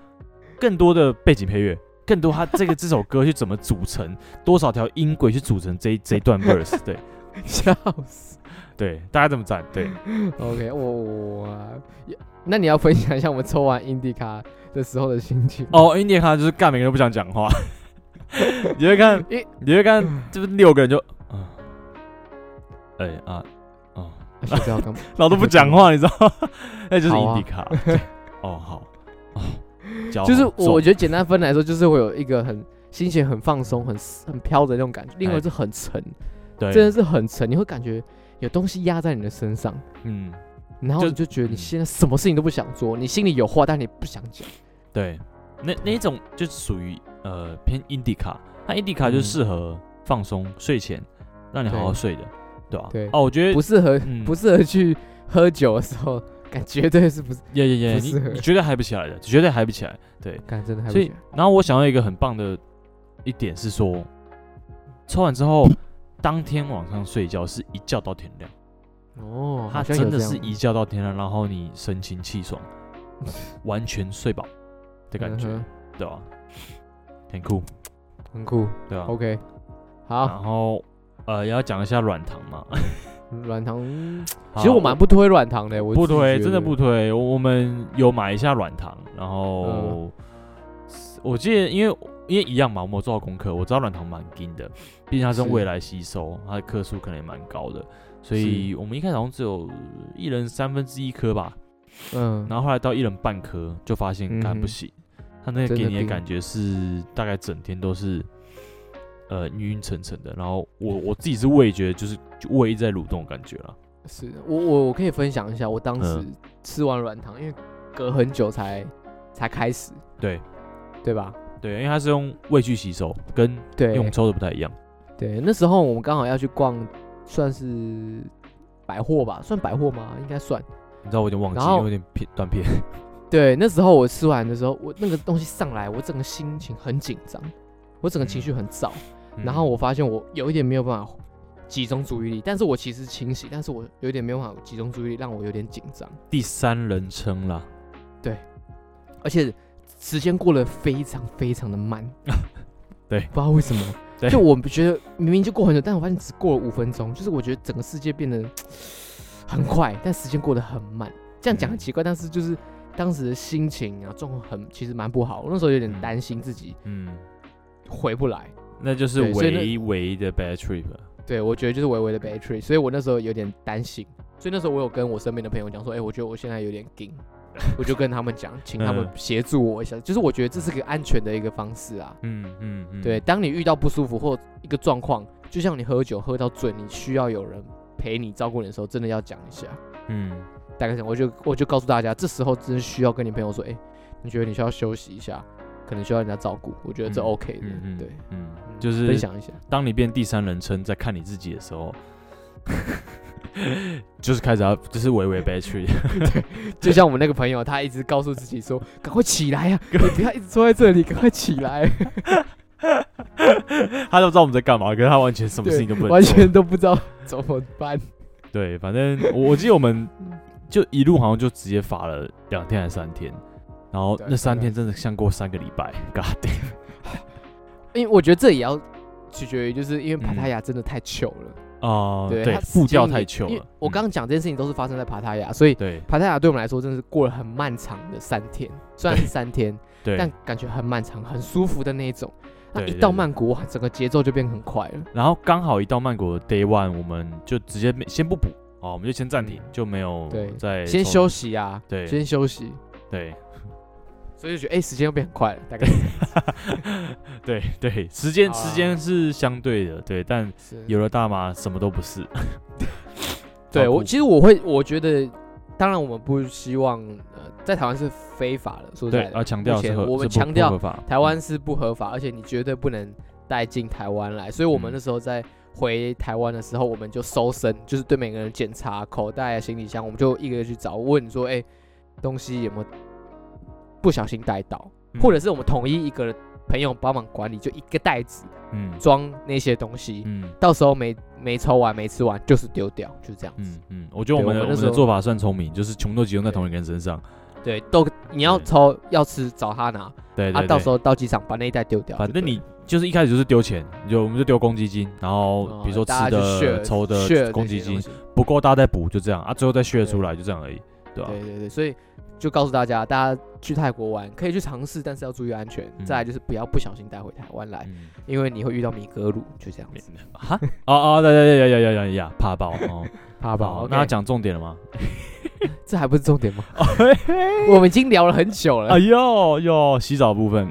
Speaker 2: 更多的背景配乐，更多它这个这首歌去怎么组成， 多少条音轨去组成这一这一段 verse 对。
Speaker 1: 笑死。
Speaker 2: 对，大家这么赞，对，
Speaker 1: 嗯 OK，我我、啊也那你要分享一下我们抽完印第卡的时候的心情吗，
Speaker 2: 哦，印第安卡就是干每个人都不想讲话， 你会看
Speaker 1: 因为，
Speaker 2: 你会看，
Speaker 1: 嗯
Speaker 2: 就是六个人就，啊，哎、啊，哦，
Speaker 1: 学校干嘛？
Speaker 2: 老都不讲话，你知道吗？ 那就是
Speaker 1: 好
Speaker 2: 印
Speaker 1: 啊
Speaker 2: 第卡，对哦好， 哦，交
Speaker 1: 就是
Speaker 2: 好爽
Speaker 1: 我觉得简单分来说，就是会有一个很心情很放松、很很飘的那种感觉，另外
Speaker 2: 哎
Speaker 1: 是很沉，
Speaker 2: 对，
Speaker 1: 真的是很沉，你会感觉有东西压在你的身上。
Speaker 2: 嗯，
Speaker 1: 然后
Speaker 2: 就
Speaker 1: 你就觉得你
Speaker 2: 嗯
Speaker 1: 现在什么事情都不想做，你心里有话，但你不想讲。
Speaker 2: 对，那那一种就属于呃偏 indica，它 indica 就
Speaker 1: 嗯
Speaker 2: 适合放松、睡前，让你好好
Speaker 1: 对
Speaker 2: 睡的，对吧、
Speaker 1: 对
Speaker 2: 哦，我觉得
Speaker 1: 不适合、
Speaker 2: 嗯
Speaker 1: 不适合去喝酒的时候，感绝 对是不是？
Speaker 2: 耶耶耶，
Speaker 1: 不
Speaker 2: 你
Speaker 1: 适合
Speaker 2: 你绝对嗨不起来的，绝对嗨不起来。对，
Speaker 1: 感真的还不
Speaker 2: 所以
Speaker 1: 行
Speaker 2: 然后我想到一个很棒的一点是说，抽完之后，当天晚上睡觉是一觉到天亮，
Speaker 1: 哦，
Speaker 2: 他
Speaker 1: 好像
Speaker 2: 真
Speaker 1: 有
Speaker 2: 的
Speaker 1: 这样
Speaker 2: 是一觉到天亮，然后你神清气爽，完全睡饱的感觉，
Speaker 1: 嗯
Speaker 2: 对吧、很酷，
Speaker 1: 哼很酷。
Speaker 2: 对吧、
Speaker 1: OK，好，
Speaker 2: 然后呃，要讲一下软糖嘛，
Speaker 1: 软糖，嗯
Speaker 2: 好
Speaker 1: 其实我蛮不推软糖的，我
Speaker 2: 不
Speaker 1: 自己
Speaker 2: 推，
Speaker 1: 觉
Speaker 2: 真的
Speaker 1: 得
Speaker 2: 不推。我我们有买一下软糖，然后、
Speaker 1: 嗯
Speaker 2: 我记得，因为因为一样嘛，我们有做好功课，我知道软糖蛮硬的，毕竟它是
Speaker 1: 是
Speaker 2: 未来吸收，它的克数可能也蛮高的，所以我们一开始好像只有一人三分之一颗吧，
Speaker 1: 嗯，
Speaker 2: 然后后来到一人半颗，就发现
Speaker 1: 嗯
Speaker 2: 干
Speaker 1: 哼
Speaker 2: 不行。它那个
Speaker 1: 真
Speaker 2: 给
Speaker 1: 的
Speaker 2: 你的
Speaker 1: 不
Speaker 2: 感觉是大概整天都是，呃晕晕沉沉的，然后我我自己是味觉就是就胃一直在蠕动的感觉了，
Speaker 1: 是我我我可以分享一下，我当时
Speaker 2: 嗯
Speaker 1: 吃完软糖，因为隔很久才才开始，
Speaker 2: 对
Speaker 1: 对吧？
Speaker 2: 对，因为它是用胃去吸收，跟
Speaker 1: 对，
Speaker 2: 用抽的不太一样。
Speaker 1: 对，那时候我们刚好要去逛，算是百货吧，算百货吗？应该算。
Speaker 2: 你知道我有点忘记，
Speaker 1: 然
Speaker 2: 因为
Speaker 1: 后
Speaker 2: 有点片断片。
Speaker 1: 对，那时候我吃完的时候，我那个东西上来，我整个心情很紧张，我整个情
Speaker 2: 嗯
Speaker 1: 绪很燥， 然后我发现我有一点没有办法集中注意力，但是我其实清醒，但是我有一点没有办法集中注意力，让我有点紧张，
Speaker 2: 嗯第三人称啦，
Speaker 1: 而且时间过得非常非常的慢。
Speaker 2: 对
Speaker 1: 不知道为什么，
Speaker 2: 对
Speaker 1: 就我觉得明明就过很久，但我发现只过了五分钟，就是我觉得整个世界变得很快，但时间过得很慢。这样讲很
Speaker 2: 嗯
Speaker 1: 奇怪，但是就是当时的心情啊，状况很其实蛮不好，我那时候有点
Speaker 2: 嗯
Speaker 1: 担心自己
Speaker 2: 嗯，
Speaker 1: 回不来。
Speaker 2: 那就是
Speaker 1: 对所以那
Speaker 2: 唯一唯一的 bad trip 了。
Speaker 1: 对，我觉得就是微微的 battery，所以我那时候有点担心，所以那时候我有跟我身边的朋友讲说，哎、我觉得我现在有点紧，我就跟他们讲，请他们
Speaker 2: 嗯
Speaker 1: 协助我一下，就是我觉得这是个安全的一个方式啊。
Speaker 2: 嗯嗯嗯，
Speaker 1: 对，当你遇到不舒服或一个状况，就像你喝酒喝到醉，你需要有人陪你照顾你的时候，真的要讲一下。
Speaker 2: 嗯，
Speaker 1: 大概讲，我就我就告诉大家，这时候真的需要跟你朋友说，哎、你觉得你需要休息一下，可能需要人家照顾，我觉得这
Speaker 2: 嗯
Speaker 1: OK 的，
Speaker 2: 嗯嗯，
Speaker 1: 对，，
Speaker 2: 嗯，
Speaker 1: 嗯
Speaker 2: 就
Speaker 1: 分
Speaker 2: 是
Speaker 1: 享一 下，
Speaker 2: 当你变第三人称在看你自己的时候， 就是开始要就是唯唯 bad trip。
Speaker 1: 就像我们那个朋友，他一直告诉自己说，赶快起来呀、你不要一直坐在这里，赶快起来，
Speaker 2: 他都不知道我们在干嘛，可是他完全什么
Speaker 1: 对
Speaker 2: 事 情都不能做。
Speaker 1: 完全都不知道 怎么办，
Speaker 2: 对，反正我我记得我们就一路好像就直接罚了两天还是三天，然后
Speaker 1: 对啊
Speaker 2: 那三
Speaker 1: 大概
Speaker 2: 天真的像过三个礼拜。God damn！
Speaker 1: 因为我觉得这也要取决于，就是因为帕
Speaker 2: 嗯
Speaker 1: 塔亚真的太糗了。
Speaker 2: 哦，
Speaker 1: 对，
Speaker 2: 对
Speaker 1: 它，时
Speaker 2: 步调
Speaker 1: 间
Speaker 2: 太
Speaker 1: 也
Speaker 2: 糗
Speaker 1: 因为
Speaker 2: 了。
Speaker 1: 我刚
Speaker 2: 嗯
Speaker 1: 刚讲这件事情都是发生在帕塔亚，所以
Speaker 2: 对
Speaker 1: 帕塔亚对我们来说真的是过了很漫长的三天，虽然是三天，
Speaker 2: 对，
Speaker 1: 但感觉很漫长、很舒服的那一种。那
Speaker 2: 对
Speaker 1: 一
Speaker 2: 对
Speaker 1: 到
Speaker 2: 对
Speaker 1: 曼谷，哇，整个节奏就变很快了。
Speaker 2: 然后刚好一到曼谷的 day one，我们就直接没先不补哦，我们就先暂停，
Speaker 1: 嗯
Speaker 2: 就没有
Speaker 1: 对
Speaker 2: 再
Speaker 1: 先
Speaker 2: 抽
Speaker 1: 休息啊，
Speaker 2: 对
Speaker 1: 先休息，
Speaker 2: 对
Speaker 1: 所以就觉得哎、时间又变很快了，大概
Speaker 2: 对对，时间
Speaker 1: 好啊
Speaker 2: 时间是相对的，对，但
Speaker 1: 是
Speaker 2: 有了大麻什么都不是。
Speaker 1: 对
Speaker 2: 超
Speaker 1: 我，
Speaker 2: 酷
Speaker 1: 其实我会，我觉得，当然我们不希望，呃，在台湾是非法的，说实
Speaker 2: 对
Speaker 1: 在的，
Speaker 2: 啊，强调
Speaker 1: 目
Speaker 2: 是
Speaker 1: 前
Speaker 2: 合
Speaker 1: 我
Speaker 2: 是
Speaker 1: 们
Speaker 2: 不
Speaker 1: 强
Speaker 2: 不
Speaker 1: 调
Speaker 2: 合法
Speaker 1: 台湾是不合法，而且你绝对不能带进台湾来。所以我们
Speaker 2: 嗯
Speaker 1: 那时候在回台湾的时候，我们就搜身，就是对每个人检查口袋啊、行李箱，我们就一个一个去找，问说，哎、东西有没有不小心带到，
Speaker 2: 嗯
Speaker 1: 或者是我们统一一个朋友帮忙管理，就一个袋子
Speaker 2: 嗯
Speaker 1: 装那些东西，
Speaker 2: 嗯
Speaker 1: 到时候没没抽完、没吃完就是丢掉，就这样子。
Speaker 2: 嗯嗯，我觉得我
Speaker 1: 对
Speaker 2: 们
Speaker 1: 我们那
Speaker 2: 的我们
Speaker 1: 时
Speaker 2: 的
Speaker 1: 候
Speaker 2: 做法算聪明，就是全部都集中在同一个人身上。
Speaker 1: 对，都你要
Speaker 2: 对
Speaker 1: 抽要吃找他拿，
Speaker 2: 对
Speaker 1: 啊，
Speaker 2: 对，
Speaker 1: 到时
Speaker 2: 候
Speaker 1: 候到机场把那一袋丢掉就
Speaker 2: 反
Speaker 1: 对了。
Speaker 2: 正你就是一开始就是丢钱，你就我们就丢公积金，然后
Speaker 1: 哦
Speaker 2: 比如说
Speaker 1: 大
Speaker 2: 吃
Speaker 1: 家去
Speaker 2: 的、
Speaker 1: share-
Speaker 2: 抽
Speaker 1: share
Speaker 2: 的
Speaker 1: 这
Speaker 2: 公
Speaker 1: 些
Speaker 2: 积金
Speaker 1: 东西
Speaker 2: 不够，大家再补，就这样啊，最后再
Speaker 1: 对
Speaker 2: share 出来，就这样而已，对吧？
Speaker 1: 对对对，所以就告诉大家，大家去泰国玩可以去尝试，但是要注意安全。
Speaker 2: 嗯
Speaker 1: 再来就是不要不小心带回台湾来，
Speaker 2: 嗯
Speaker 1: 因为你会遇到米格鲁，就这样子。
Speaker 2: 哈，哦哦，对对对，呀呀呀呀呀，怕爆哦，
Speaker 1: 怕
Speaker 2: 怕
Speaker 1: 吧？
Speaker 2: 那要
Speaker 1: 那
Speaker 2: 讲重点了吗？
Speaker 1: 这还不是重点 吗？我们已经聊了很久了
Speaker 2: 哎，呦呦，洗澡部分，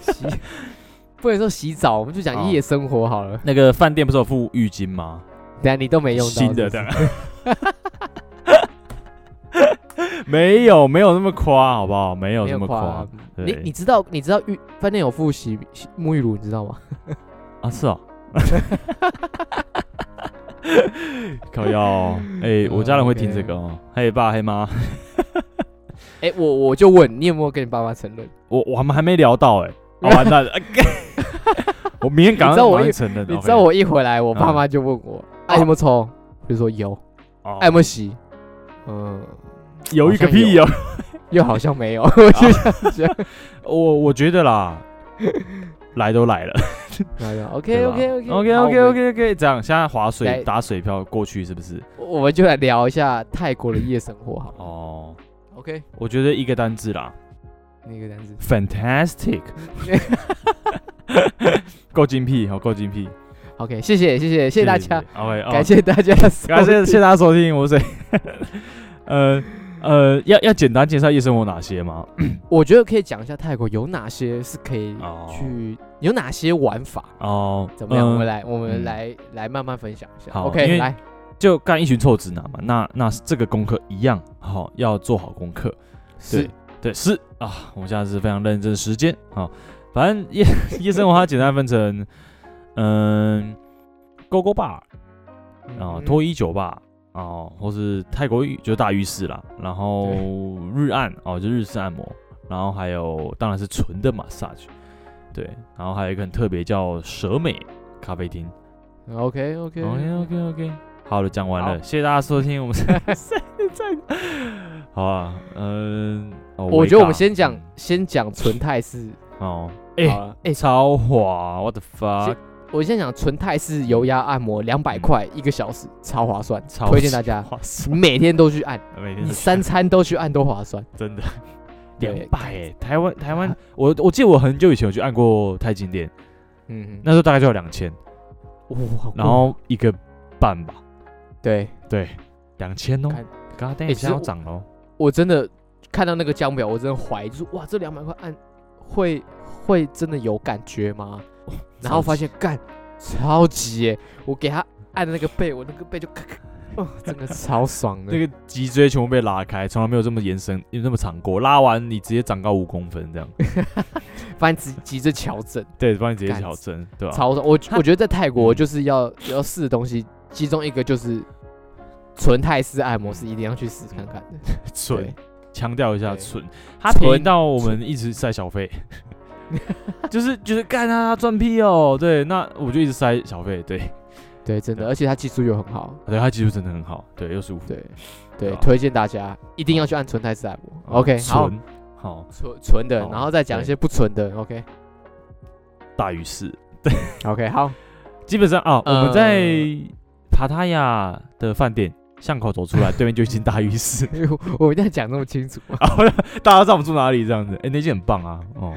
Speaker 1: 洗 不能说洗澡，我们就讲
Speaker 2: 哦
Speaker 1: 夜生活好了。
Speaker 2: 那个饭店不是有附浴巾吗？
Speaker 1: 等下你都没用到，
Speaker 2: 新的
Speaker 1: 是
Speaker 2: 当
Speaker 1: 不
Speaker 2: 然， 没有没有那么夸，好不好？没有
Speaker 1: 是没
Speaker 2: 那
Speaker 1: 有
Speaker 2: 么夸
Speaker 1: 夸。你
Speaker 2: 对
Speaker 1: 你知道你知道浴饭店有附洗洗沐浴乳，你知道 吗？
Speaker 2: 啊，是哦。 靠腰哦，哎， 我家人会听这个哦。嘿爸嘿妈，
Speaker 1: 哎，我我就问你有没有跟你爸妈承认？
Speaker 2: 我我们还没聊到 哎，啊完蛋了， 啊我明天赶
Speaker 1: 你知道
Speaker 2: 快
Speaker 1: 我
Speaker 2: 马上
Speaker 1: 一
Speaker 2: 承认。
Speaker 1: 你
Speaker 2: OK
Speaker 1: 知道我一回来，我爸啊
Speaker 2: 嗯
Speaker 1: 妈就问我，哎有没有抽？我就说有。
Speaker 2: 哦，
Speaker 1: 艾莫西，嗯，
Speaker 2: 犹豫个
Speaker 1: 好像有
Speaker 2: 屁哦！
Speaker 1: 又好像 没有，
Speaker 2: 啊
Speaker 1: 我就想想，
Speaker 2: 我我觉 得啦，来都来了
Speaker 1: 来了
Speaker 2: 对
Speaker 1: ，OK
Speaker 2: 吧
Speaker 1: OK OK
Speaker 2: OK
Speaker 1: 好我
Speaker 2: OK
Speaker 1: 们
Speaker 2: OK OK，这样现在划
Speaker 1: 来
Speaker 2: 水打水漂过去是不是？
Speaker 1: 我们就来聊一下泰国的夜生活好了
Speaker 2: 哦，
Speaker 1: ，OK，
Speaker 2: 我觉得一个单字啦
Speaker 1: 那个单词，
Speaker 2: ，fantastic，够精辟，哦好够精辟，
Speaker 1: OK，谢谢谢谢谢谢大家，
Speaker 2: ，OK，哦
Speaker 1: 感谢大家，
Speaker 2: 感谢谢谢大家收听，我是 谁？呃呃，要要简单介绍夜生活哪些吗？
Speaker 1: 我觉得可以讲一下泰国有哪些是可以
Speaker 2: 哦
Speaker 1: 去，有哪些玩法，
Speaker 2: 哦，
Speaker 1: 怎么样？
Speaker 2: 嗯
Speaker 1: 我们来，我们
Speaker 2: 嗯
Speaker 1: 来来慢慢分享一下。
Speaker 2: 好因
Speaker 1: OK，
Speaker 2: 为
Speaker 1: 来，
Speaker 2: 就干一群臭直男嘛，那那这个功课一样，好、要做好功课。
Speaker 1: 是
Speaker 2: 对，是啊，我们现在是非常认真的时间啊、反正夜夜生活它简单分成，嗯，勾勾吧，
Speaker 1: 嗯
Speaker 2: 然后脱
Speaker 1: 衣
Speaker 2: 衣酒
Speaker 1: 嗯
Speaker 2: 吧，啊哦，或是泰国浴就是大浴室啦，然后日按哦就日式按摩，然后还有当然是纯的 massage，对，然后还有一个很特别叫蛇美
Speaker 1: 嗯
Speaker 2: 咖啡厅。
Speaker 1: OK OK
Speaker 2: OK OK OK，好了，讲完
Speaker 1: 好
Speaker 2: 了，谢谢大家收听，我们在在好啊，嗯、哦
Speaker 1: 我觉得我们先讲
Speaker 2: 嗯
Speaker 1: 先讲纯泰式好
Speaker 2: 哦，哎、
Speaker 1: 了。哎，
Speaker 2: 超滑，what the
Speaker 1: 先
Speaker 2: fuck，
Speaker 1: 我先讲纯泰式油压按摩，两百
Speaker 2: 嗯
Speaker 1: 块一个小时，超划算，
Speaker 2: 超
Speaker 1: 推荐大家，
Speaker 2: 划算，
Speaker 1: 你每天都去 按，
Speaker 2: 每天
Speaker 1: 你
Speaker 2: 都
Speaker 1: 三餐都去按都划算。
Speaker 2: 真的两
Speaker 1: 对啊
Speaker 2: 百哎，台湾台湾，我我记得我很久以前我去按过太经店，
Speaker 1: 嗯，
Speaker 2: 那时候大概就要两千，
Speaker 1: 哇，好贵
Speaker 2: 然后一个半吧，
Speaker 1: 对，
Speaker 2: 对，两千哦
Speaker 1: 干，
Speaker 2: 刚刚
Speaker 1: 哎
Speaker 2: 一
Speaker 1: 其
Speaker 2: 下
Speaker 1: 实
Speaker 2: 要
Speaker 1: 我
Speaker 2: 涨哦喽，
Speaker 1: 我真的看到那个江表，我真的怀疑，就是哇，这两百块按会会真的有感觉吗？然后发现干超级耶，我给他按的那个背，我那个背就咔咔，哦，真的超爽的。
Speaker 2: 那个脊椎全部被拉开，从来没有这么延伸，有这么长过。拉完你直接长高五公分 这样，
Speaker 1: 反正急急着调整，
Speaker 2: 对，帮你直接
Speaker 1: 干
Speaker 2: 矫正，对吧、
Speaker 1: 超爽。我
Speaker 2: 他
Speaker 1: 我觉得在泰国
Speaker 2: 嗯
Speaker 1: 就是要要试的东西，其中一个就是纯泰式按摩是一定要去试看看的。
Speaker 2: 蠢
Speaker 1: 对，，
Speaker 2: 强调一下
Speaker 1: 对
Speaker 2: 蠢，他便宜
Speaker 1: 蠢
Speaker 2: 到我们一直塞小费， 就是就是干他他赚屁哦，对，那我就一直塞小费，对，
Speaker 1: 对，真的，
Speaker 2: 对
Speaker 1: 而且他技术又很好。
Speaker 2: 对他技术真的很好，对，又舒服，
Speaker 1: 对，
Speaker 2: 对
Speaker 1: 对，
Speaker 2: 啊哦
Speaker 1: 推荐大家一定要去按纯泰式按摩。OK，好，
Speaker 2: 蠢，嗯好，
Speaker 1: 纯纯的，
Speaker 2: 好
Speaker 1: 然后再讲一些不纯的。OK
Speaker 2: 大于是，
Speaker 1: OK，好，
Speaker 2: 基本上啊，我
Speaker 1: 呃
Speaker 2: 们在帕塔亚的饭店巷口走出来，对面就一间大浴 室，
Speaker 1: 我一定要讲那么清楚。啊
Speaker 2: 然后大家知道我们住哪里这样子，哎、那间很棒啊，哦。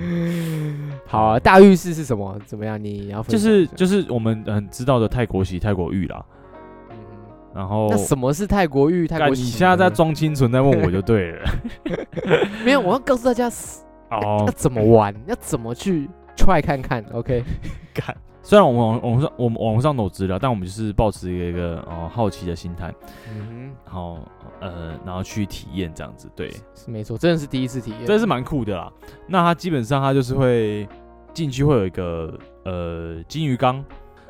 Speaker 1: 好啊，大浴室是什么？怎么样？你要分
Speaker 2: 就
Speaker 1: 享
Speaker 2: 是
Speaker 1: 一下
Speaker 2: 就是我们很知道的泰国洗、泰国浴啦。
Speaker 1: 嗯
Speaker 2: 然后，
Speaker 1: 那什么是泰国浴？泰
Speaker 2: 干
Speaker 1: 国
Speaker 2: 你
Speaker 1: 洗
Speaker 2: 现在在
Speaker 1: 呢
Speaker 2: 装清纯在问我就对了。
Speaker 1: 没有？我要告诉大家是 要
Speaker 2: 哦，
Speaker 1: 怎么玩，要怎么去 try 看看。OK，
Speaker 2: 干。虽然我们网网上我们网络上都有资料，但我们就是抱持一个哦好奇的心态，
Speaker 1: 嗯
Speaker 2: 然后呃，然后去体验这样子。对，
Speaker 1: 哼，是没错，真的是第一次体验，
Speaker 2: 这是蛮酷的啦。那它基本上它就是会进去会有一个呃金鱼缸，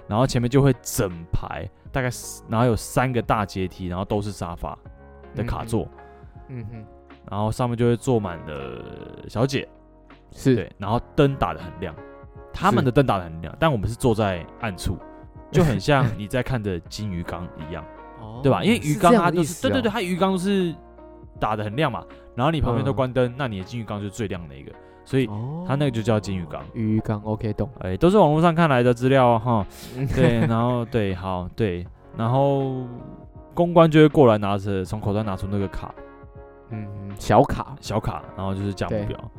Speaker 2: 然后前面就会整排大概是，然后有三个大阶梯，然后都是沙发的卡座。
Speaker 1: 嗯哼。嗯
Speaker 2: 然后上面就会坐满了小姐，
Speaker 1: 哼，是
Speaker 2: 对，然后灯打得很亮，他们
Speaker 1: 是
Speaker 2: 的灯打得很亮，但我们是坐在暗处，就很像你在看着金鱼缸 一样，
Speaker 1: 哦
Speaker 2: 对吧？因为鱼缸
Speaker 1: 这样
Speaker 2: 它
Speaker 1: 的
Speaker 2: 就
Speaker 1: 意
Speaker 2: 是
Speaker 1: 思
Speaker 2: 对对对，
Speaker 1: 哦，
Speaker 2: 它鱼缸都是打得很亮嘛，然后你旁边都
Speaker 1: 嗯
Speaker 2: 关灯，那你的金鱼缸就是最亮的一个，所以
Speaker 1: 哦
Speaker 2: 它那个就叫金鱼缸。
Speaker 1: 鱼缸，OK，懂。
Speaker 2: 哎，都是网络上看来的资料 啊哈，
Speaker 1: 嗯
Speaker 2: 对，然后对，好对，然后公关就会过来拿着从口袋拿出那个卡
Speaker 1: 嗯，小卡。
Speaker 2: 小卡，然后就是价目
Speaker 1: 对
Speaker 2: 表，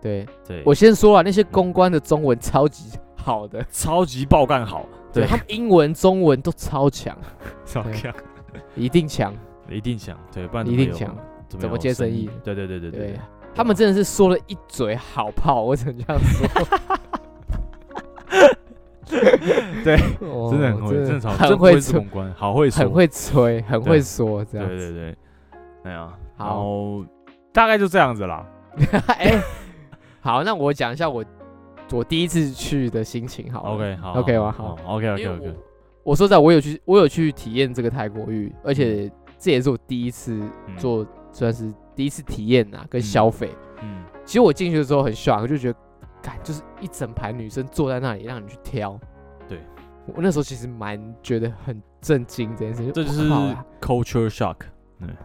Speaker 1: 对
Speaker 2: 对，
Speaker 1: 我先说了，那些公关的中文超级好的，
Speaker 2: 超级爆干好，对
Speaker 1: 对他们英文、中文都超强，
Speaker 2: 超强，
Speaker 1: 一定强。
Speaker 2: 一定强，对，不然
Speaker 1: 一
Speaker 2: 怎么
Speaker 1: 定
Speaker 2: 有
Speaker 1: 强，
Speaker 2: 怎
Speaker 1: 怎
Speaker 2: 么
Speaker 1: 么
Speaker 2: 有
Speaker 1: 接生意
Speaker 2: 对对对对
Speaker 1: 对
Speaker 2: 对，
Speaker 1: 他们真的是说了一嘴好炮，我只能这样说。
Speaker 2: 对
Speaker 1: 哦，
Speaker 2: 真的很会，真的超真
Speaker 1: 很
Speaker 2: 不愧
Speaker 1: 会
Speaker 2: 是
Speaker 1: 吹
Speaker 2: 公，关，好会说，
Speaker 1: 很，会吹，很
Speaker 2: 对
Speaker 1: 会说这
Speaker 2: 对
Speaker 1: 样
Speaker 2: 对
Speaker 1: 子。
Speaker 2: 对，哎呀，
Speaker 1: 好
Speaker 2: 然后大概就这样子啦，
Speaker 1: 哎，好，那我讲一下我我第一次去的心情好了。
Speaker 2: OK 好
Speaker 1: OK
Speaker 2: 好
Speaker 1: 吗
Speaker 2: 好
Speaker 1: 好
Speaker 2: OK
Speaker 1: 因
Speaker 2: OK
Speaker 1: 为
Speaker 2: OK，
Speaker 1: 我我说实在，我有去，我有去体验这个泰国浴，而
Speaker 2: 嗯
Speaker 1: 且这也是我第一次做，算是第一次体验啊，跟
Speaker 2: 嗯
Speaker 1: 消费。
Speaker 2: 嗯，
Speaker 1: 其实我进去的时候很爽，就觉得，感就是一整排女生坐在那里让你去挑，
Speaker 2: 对，
Speaker 1: 我那时候其实蛮觉得很震惊这件事情，
Speaker 2: 这就
Speaker 1: 哇
Speaker 2: 是
Speaker 1: 靠啊
Speaker 2: culture shock。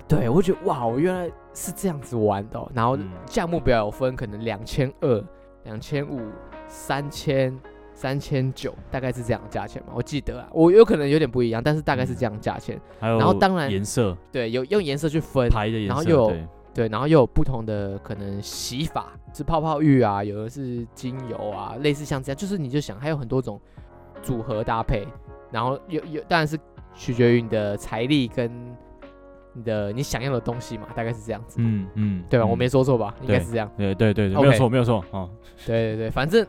Speaker 1: 对我觉得哇，我原来是这样子玩的哦、然后
Speaker 2: 嗯
Speaker 1: 项目表有分，可能两千二、两千五、三千、三千九，大概是这样的价钱嘛，我记得啊，我有可能有点不一样，但是大概是这样的价钱。
Speaker 2: 还有，
Speaker 1: 然后当然
Speaker 2: 颜色
Speaker 1: 对，有用颜色去分，
Speaker 2: 牌的颜色，
Speaker 1: 然后又有
Speaker 2: 对
Speaker 1: 对，然后又有不同的可能洗法，是泡泡浴啊，有的是精油啊，类似像这样，就是你就想还有很多种组合搭配，然后有有当然是取决于你的财力跟你的你想要的东西嘛，大概是这样子，
Speaker 2: 嗯嗯，
Speaker 1: 对吧？
Speaker 2: 嗯
Speaker 1: 我没说错吧？应该
Speaker 2: 对
Speaker 1: 是这样。
Speaker 2: 对对对对，
Speaker 1: OK
Speaker 2: 没有错没有错哦，
Speaker 1: 对对对，反正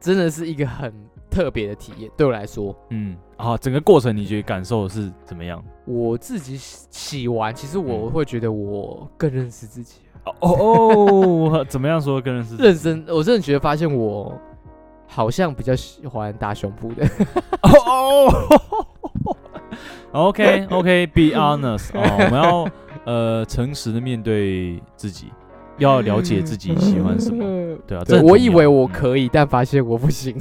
Speaker 1: 真的是一个很特别的体验，对我来说，
Speaker 2: 嗯，好，整个过程你觉得感受是怎么样？
Speaker 1: 我自己洗洗完，其实我
Speaker 2: 嗯
Speaker 1: 会觉得我更认识自己。啊
Speaker 2: 哦哦，哦 怎么样说跟人是
Speaker 1: 认真，我真的觉得发现我好像比较喜欢大胸部的。
Speaker 2: 哦，OK OK，be honest 哦，我们要呃诚实的面对自己，要哦了解自己喜欢 什么，
Speaker 1: 么？
Speaker 2: 对啊，这
Speaker 1: 嗯对，
Speaker 2: 很重
Speaker 1: 我以
Speaker 2: 要
Speaker 1: 为我
Speaker 2: 嗯
Speaker 1: 可以，但发现我不行。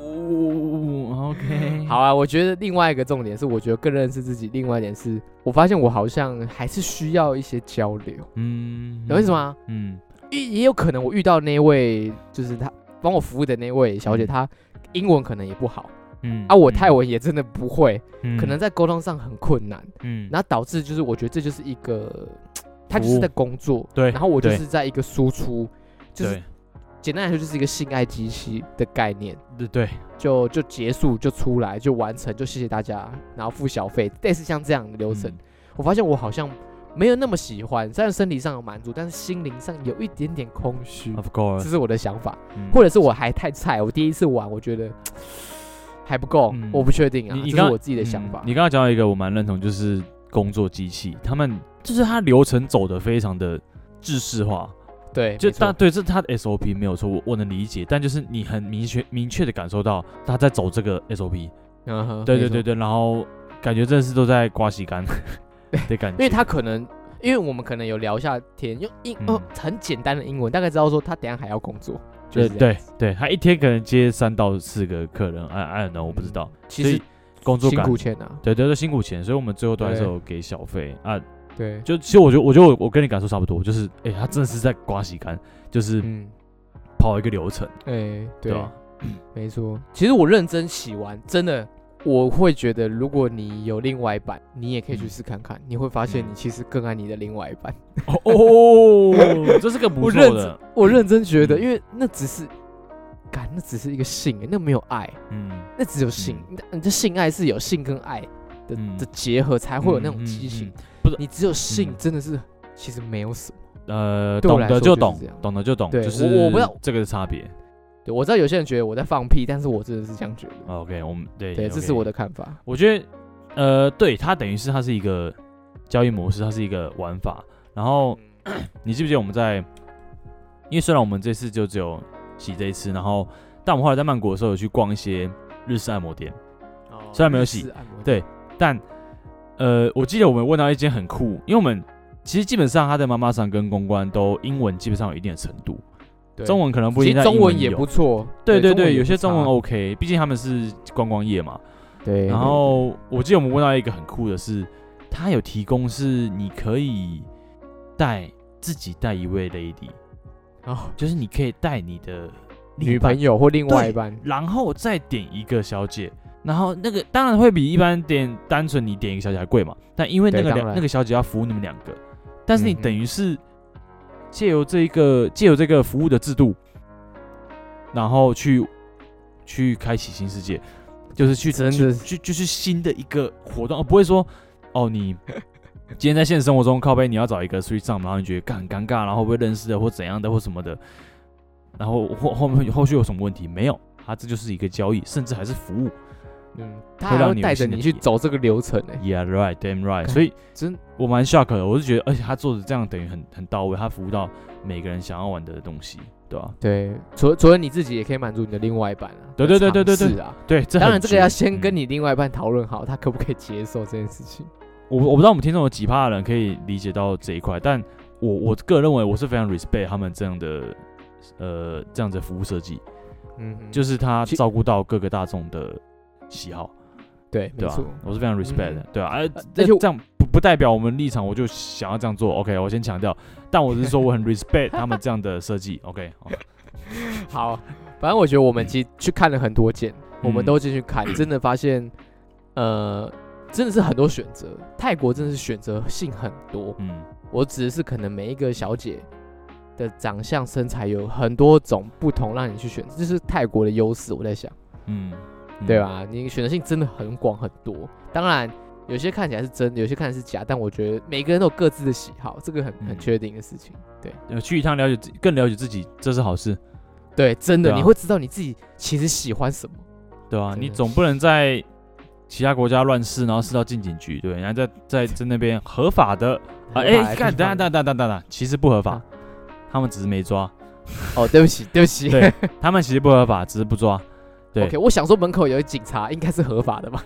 Speaker 2: 哦，OK，
Speaker 1: 好，啊，我觉得另外一个重点是，我觉得更认识自己。另外一点是我发现我好像还是需要一些交流，
Speaker 2: 嗯，
Speaker 1: 懂意思？吗？
Speaker 2: 嗯，
Speaker 1: 也也有可能我遇到那位，就是他帮我服务的那位小姐，
Speaker 2: 嗯
Speaker 1: 她英文可能也不好
Speaker 2: 嗯
Speaker 1: 啊，我泰文也真的不会，
Speaker 2: 嗯
Speaker 1: 可能在沟通上很困难。
Speaker 2: 嗯，
Speaker 1: 然后导致就是我觉得这就是一个，他就是
Speaker 2: 服务
Speaker 1: 在工作，
Speaker 2: 对
Speaker 1: 然后我就
Speaker 2: 对
Speaker 1: 是在一个输出，就是
Speaker 2: 对
Speaker 1: 简单来说就是一个性爱机器的概念，
Speaker 2: 对对，
Speaker 1: 就就结束就出来就完成就谢谢大家，然后付小费，类似像这样的流程，
Speaker 2: 嗯
Speaker 1: 我发现我好像没有那么喜欢，虽然身体上有满足，但是心灵上有一点点空虚，
Speaker 2: 嗯 Of
Speaker 1: 这
Speaker 2: course，
Speaker 1: 是我的想法，
Speaker 2: 嗯
Speaker 1: 或者是我还太菜，我第一次玩我觉得还不够，
Speaker 2: 嗯
Speaker 1: 我不确定啊，
Speaker 2: 你你
Speaker 1: 这是
Speaker 2: 刚
Speaker 1: 我自己的想
Speaker 2: 嗯
Speaker 1: 法，
Speaker 2: 你刚刚讲到一个我蛮认同，就是工作机器，他们就是它流程走的非常的制式化，
Speaker 1: 对，
Speaker 2: 就
Speaker 1: 没错
Speaker 2: 但对，这是它的 SOP 没有错，我我能理解，但就是你很明确明确的感受到他在走这个 SOP，
Speaker 1: 嗯哼
Speaker 2: 对
Speaker 1: 没
Speaker 2: 对
Speaker 1: 错
Speaker 2: 对对，然后感觉真的是都在刮洗干的感
Speaker 1: 因
Speaker 2: 觉，
Speaker 1: 为他可能，因为我们可能有聊一下天，用英、
Speaker 2: 嗯
Speaker 1: 哦很简单的英文，大概知道说他等一下还要工作，就
Speaker 2: 对
Speaker 1: 是这样
Speaker 2: 对
Speaker 1: 子
Speaker 2: 对，他一天可能接三到四个客人，I I don't know，我不知道，
Speaker 1: 嗯其
Speaker 2: 所以
Speaker 1: 实
Speaker 2: 工作
Speaker 1: 辛
Speaker 2: 感
Speaker 1: 苦。钱啊，
Speaker 2: 对对对，辛苦钱，所以我们最后都还是
Speaker 1: 对
Speaker 2: 有给小费啊。
Speaker 1: 对，
Speaker 2: 就其实我觉得，我觉得我我跟你感受差不多，就是哎、他真的是在刮洗干，就是
Speaker 1: 嗯，
Speaker 2: 跑一个流程，
Speaker 1: 哎、
Speaker 2: 对
Speaker 1: 对，
Speaker 2: 啊吧？
Speaker 1: 没错。其实我认真洗完，真的。我会觉得，如果你有另外一半，你也可以去
Speaker 2: 嗯
Speaker 1: 试看看，你会发现
Speaker 2: 嗯
Speaker 1: 你其实更爱你的另外一半。
Speaker 2: 哦哦，这是个不
Speaker 1: 我
Speaker 2: 错
Speaker 1: 认
Speaker 2: 的，
Speaker 1: 我认真觉得，
Speaker 2: 嗯
Speaker 1: 因为那只是，感那只是一个性、那没有爱，
Speaker 2: 嗯
Speaker 1: 那只有性。你的性爱是有性跟爱的、
Speaker 2: 嗯
Speaker 1: 的结合，才会有那种
Speaker 2: 嗯嗯
Speaker 1: 激情。
Speaker 2: 嗯不是
Speaker 1: 你只有性
Speaker 2: 嗯
Speaker 1: 真的是，其实没有什么。
Speaker 2: 呃，
Speaker 1: 对我
Speaker 2: 懂
Speaker 1: 来
Speaker 2: 得
Speaker 1: 说
Speaker 2: 就
Speaker 1: 就是
Speaker 2: 懂
Speaker 1: 这样，
Speaker 2: 懂得就懂，
Speaker 1: 对
Speaker 2: 就
Speaker 1: 我
Speaker 2: 是
Speaker 1: 我不要
Speaker 2: 这个的差别。
Speaker 1: 对我知道有些人觉得我在放屁，但是我真的是这样觉得。
Speaker 2: 哦 OK，我们对
Speaker 1: 对，这是我
Speaker 2: 的，
Speaker 1: 的看法。
Speaker 2: 我觉得呃，对它等于是它是一个交易模式，它是一个玩法。然后 你记不记得我们在，因为虽然我们这次就只有洗这一次，然后但我们后来在曼谷的时候有去逛一些日式按摩店，虽然没有洗
Speaker 1: 日式按摩
Speaker 2: 对但呃，我记得我们问到一间很酷，因为我们其实基本上他的妈妈桑跟公关都英文基本上有一定的程度，
Speaker 1: 对
Speaker 2: 中文可能不一
Speaker 1: 其
Speaker 2: 定，
Speaker 1: 实
Speaker 2: 但
Speaker 1: 中
Speaker 2: 英
Speaker 1: 文也
Speaker 2: 有
Speaker 1: 不错。
Speaker 2: 对对
Speaker 1: 中文
Speaker 2: 对，
Speaker 1: 也
Speaker 2: 有
Speaker 1: 不
Speaker 2: 些中文
Speaker 1: 差啊
Speaker 2: OK，毕竟他们是观光业嘛。
Speaker 1: 对。
Speaker 2: 然后我记得我们问到一个很酷的是，他有提供是你可以带自己带一位 lady，
Speaker 1: 对对哦
Speaker 2: 就是你可以带你的另一
Speaker 1: 女
Speaker 2: 半
Speaker 1: 朋，友或另外一半，
Speaker 2: 然后再点一个小姐。然后那个当然会比一般点单纯你点一个小姐还贵嘛，但因为那
Speaker 1: 对
Speaker 2: 个
Speaker 1: 当
Speaker 2: 两
Speaker 1: 然
Speaker 2: 那个小姐要服务你们两个，但是你
Speaker 1: 嗯哼
Speaker 2: 等于是借由这一个借由这个服务的制度，然后去去开启新世界，就是去
Speaker 1: 真的
Speaker 2: 就是就就是新的一个活动，而不会说哦你今天在现实生活中靠背你要找一个 s w e e t 上，然后你觉得干很尴尬，然后会不会认识的或怎样的或什么的，然后后后面后续有什么问题没有？它这就是一个交易，甚至还是服务。
Speaker 1: 嗯，他
Speaker 2: 会
Speaker 1: 还
Speaker 2: 让
Speaker 1: 要
Speaker 2: 你有
Speaker 1: 带着
Speaker 2: 新的
Speaker 1: 你
Speaker 2: 体
Speaker 1: 去
Speaker 2: 验嗯
Speaker 1: 走这个流程呢。
Speaker 2: Yeah, right, damn right。
Speaker 1: 干
Speaker 2: 所以
Speaker 1: 真
Speaker 2: 我蛮 shock 的，我是觉得，而且他做的这样等于很很到位，他服务到每个人想要玩的东西，对吧、
Speaker 1: 对，除了除了你自己，也可以满足你的另外一半啊。
Speaker 2: 对对
Speaker 1: 的
Speaker 2: 对对对
Speaker 1: 尝
Speaker 2: 对
Speaker 1: 试啊。
Speaker 2: 对，这
Speaker 1: 当然，
Speaker 2: 很
Speaker 1: 这个要
Speaker 2: 绝
Speaker 1: 先跟、
Speaker 2: 嗯
Speaker 1: 你另外一半讨论好，他可不可以接受这件事情。
Speaker 2: 我我不知道我们听众有几趴的人可以理解到这一块，但我我个人认为我是非常 respect 他们这样的呃这样的服务设计，
Speaker 1: 嗯哼，
Speaker 2: 就是是他
Speaker 1: 其
Speaker 2: 照顾到各个大众的喜好，
Speaker 1: 对，没
Speaker 2: 对吧啊
Speaker 1: 错。？
Speaker 2: 我是非常 respect 的
Speaker 1: 嗯，
Speaker 2: 对吧？哎，这
Speaker 1: 而且我
Speaker 2: 这样不不代表我们立场，我就想要这样做。OK，我先强调，但我是说我很 respect 他们这样的设计。OK，哦
Speaker 1: 好，反正我觉得我们其实去看了很多件，我们
Speaker 2: 嗯
Speaker 1: 都进去看，真的发现，呃，真的是很多选择。泰国真的是选择性很多。
Speaker 2: 嗯
Speaker 1: 我指的是可能每一个小姐的长相、身材有很多种不同，让你去选，这是泰国的优势。我在想，
Speaker 2: 嗯，嗯
Speaker 1: 对？啊吧？你选择性真的很广很多。当然，有些看起来是真的，有些看起来是假，但我觉得每个人都有各自的喜好，这个很很
Speaker 2: 嗯
Speaker 1: 确定的事情。
Speaker 2: 呃去一趟了解自，更了解自己，这是好事，
Speaker 1: 对，真的、
Speaker 2: 对啊
Speaker 1: 你会知道你自己其实喜欢什么。
Speaker 2: 对吧？
Speaker 1: 真的
Speaker 2: 你总不能在其他国家乱试，然后试到进警局，对？然后在在在那边合法的啊，
Speaker 1: 合法
Speaker 2: 哎，
Speaker 1: 的
Speaker 2: 干，
Speaker 1: 地方
Speaker 2: 等下等下等下等下等下，其实不合法
Speaker 1: 啊，
Speaker 2: 他们只是没抓，
Speaker 1: 哦，对不起，对不起。
Speaker 2: 对他们其实不合法，只是不抓。 对
Speaker 1: OK，我想说门口有警察，应该是合法的吧？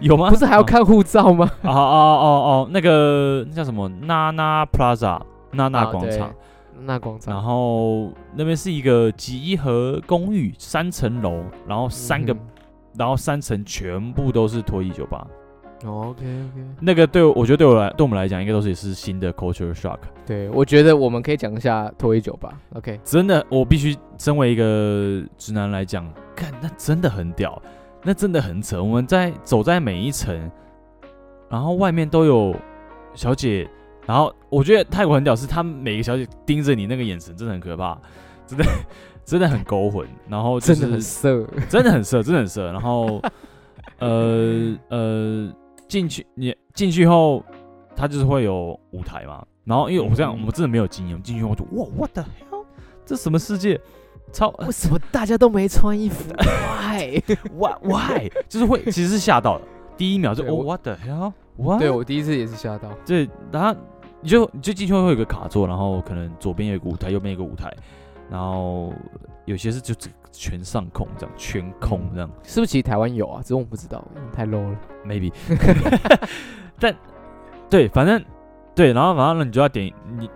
Speaker 2: 有吗？
Speaker 1: 不是还要
Speaker 2: 啊
Speaker 1: 看护照 吗？
Speaker 2: 哦哦哦哦，那个那叫什么娜娜 Plaza 娜娜
Speaker 1: 啊
Speaker 2: 广
Speaker 1: 对
Speaker 2: 场，
Speaker 1: 那广场
Speaker 2: 然后那边是一个集合公寓，三层楼，然后三
Speaker 1: 嗯
Speaker 2: 个，然后三层全部都是脱衣酒吧。
Speaker 1: OK OK，
Speaker 2: 那个对我我觉得对我来对我们来讲，应该都是也是新的 culture shock。
Speaker 1: 对，我觉得我们可以讲一下脱衣酒吧。OK，
Speaker 2: 真的，我必须身为一个直男来讲，看那真的很屌，那真的很扯。我们在走在每一层，然后外面都有小姐，然后我觉得泰国很屌，是他们每个小姐盯着你那个眼神，真的很可怕，真的真的很勾魂，然后、就
Speaker 1: 真
Speaker 2: 是、
Speaker 1: 的很色，
Speaker 2: 真的很色，真的很色。然后，呃呃，进去你进去后，它就是会有舞台嘛。然后因为我这样，
Speaker 1: 嗯
Speaker 2: 我真的没有经验，我进去后我就哇，what the hell，这什么世界？超
Speaker 1: 为什么大家都没穿衣 服 ？Why？
Speaker 2: why why，就是会其实是吓到了，第一秒就
Speaker 1: 对
Speaker 2: 哦
Speaker 1: 我
Speaker 2: what the hell，哇，
Speaker 1: 对我第一次也是吓到。
Speaker 2: 对，然后你就你就进去后会有一个卡座，然后可能左边有一个舞台，右边有一个舞台，然后有些是就只全上空这样，全空
Speaker 1: 嗯
Speaker 2: 这样。
Speaker 1: 是不是其实台湾有啊？只是我们不知道，因为我们太 low 了。
Speaker 2: maybe，但对，反正对，然后反正你就要点你，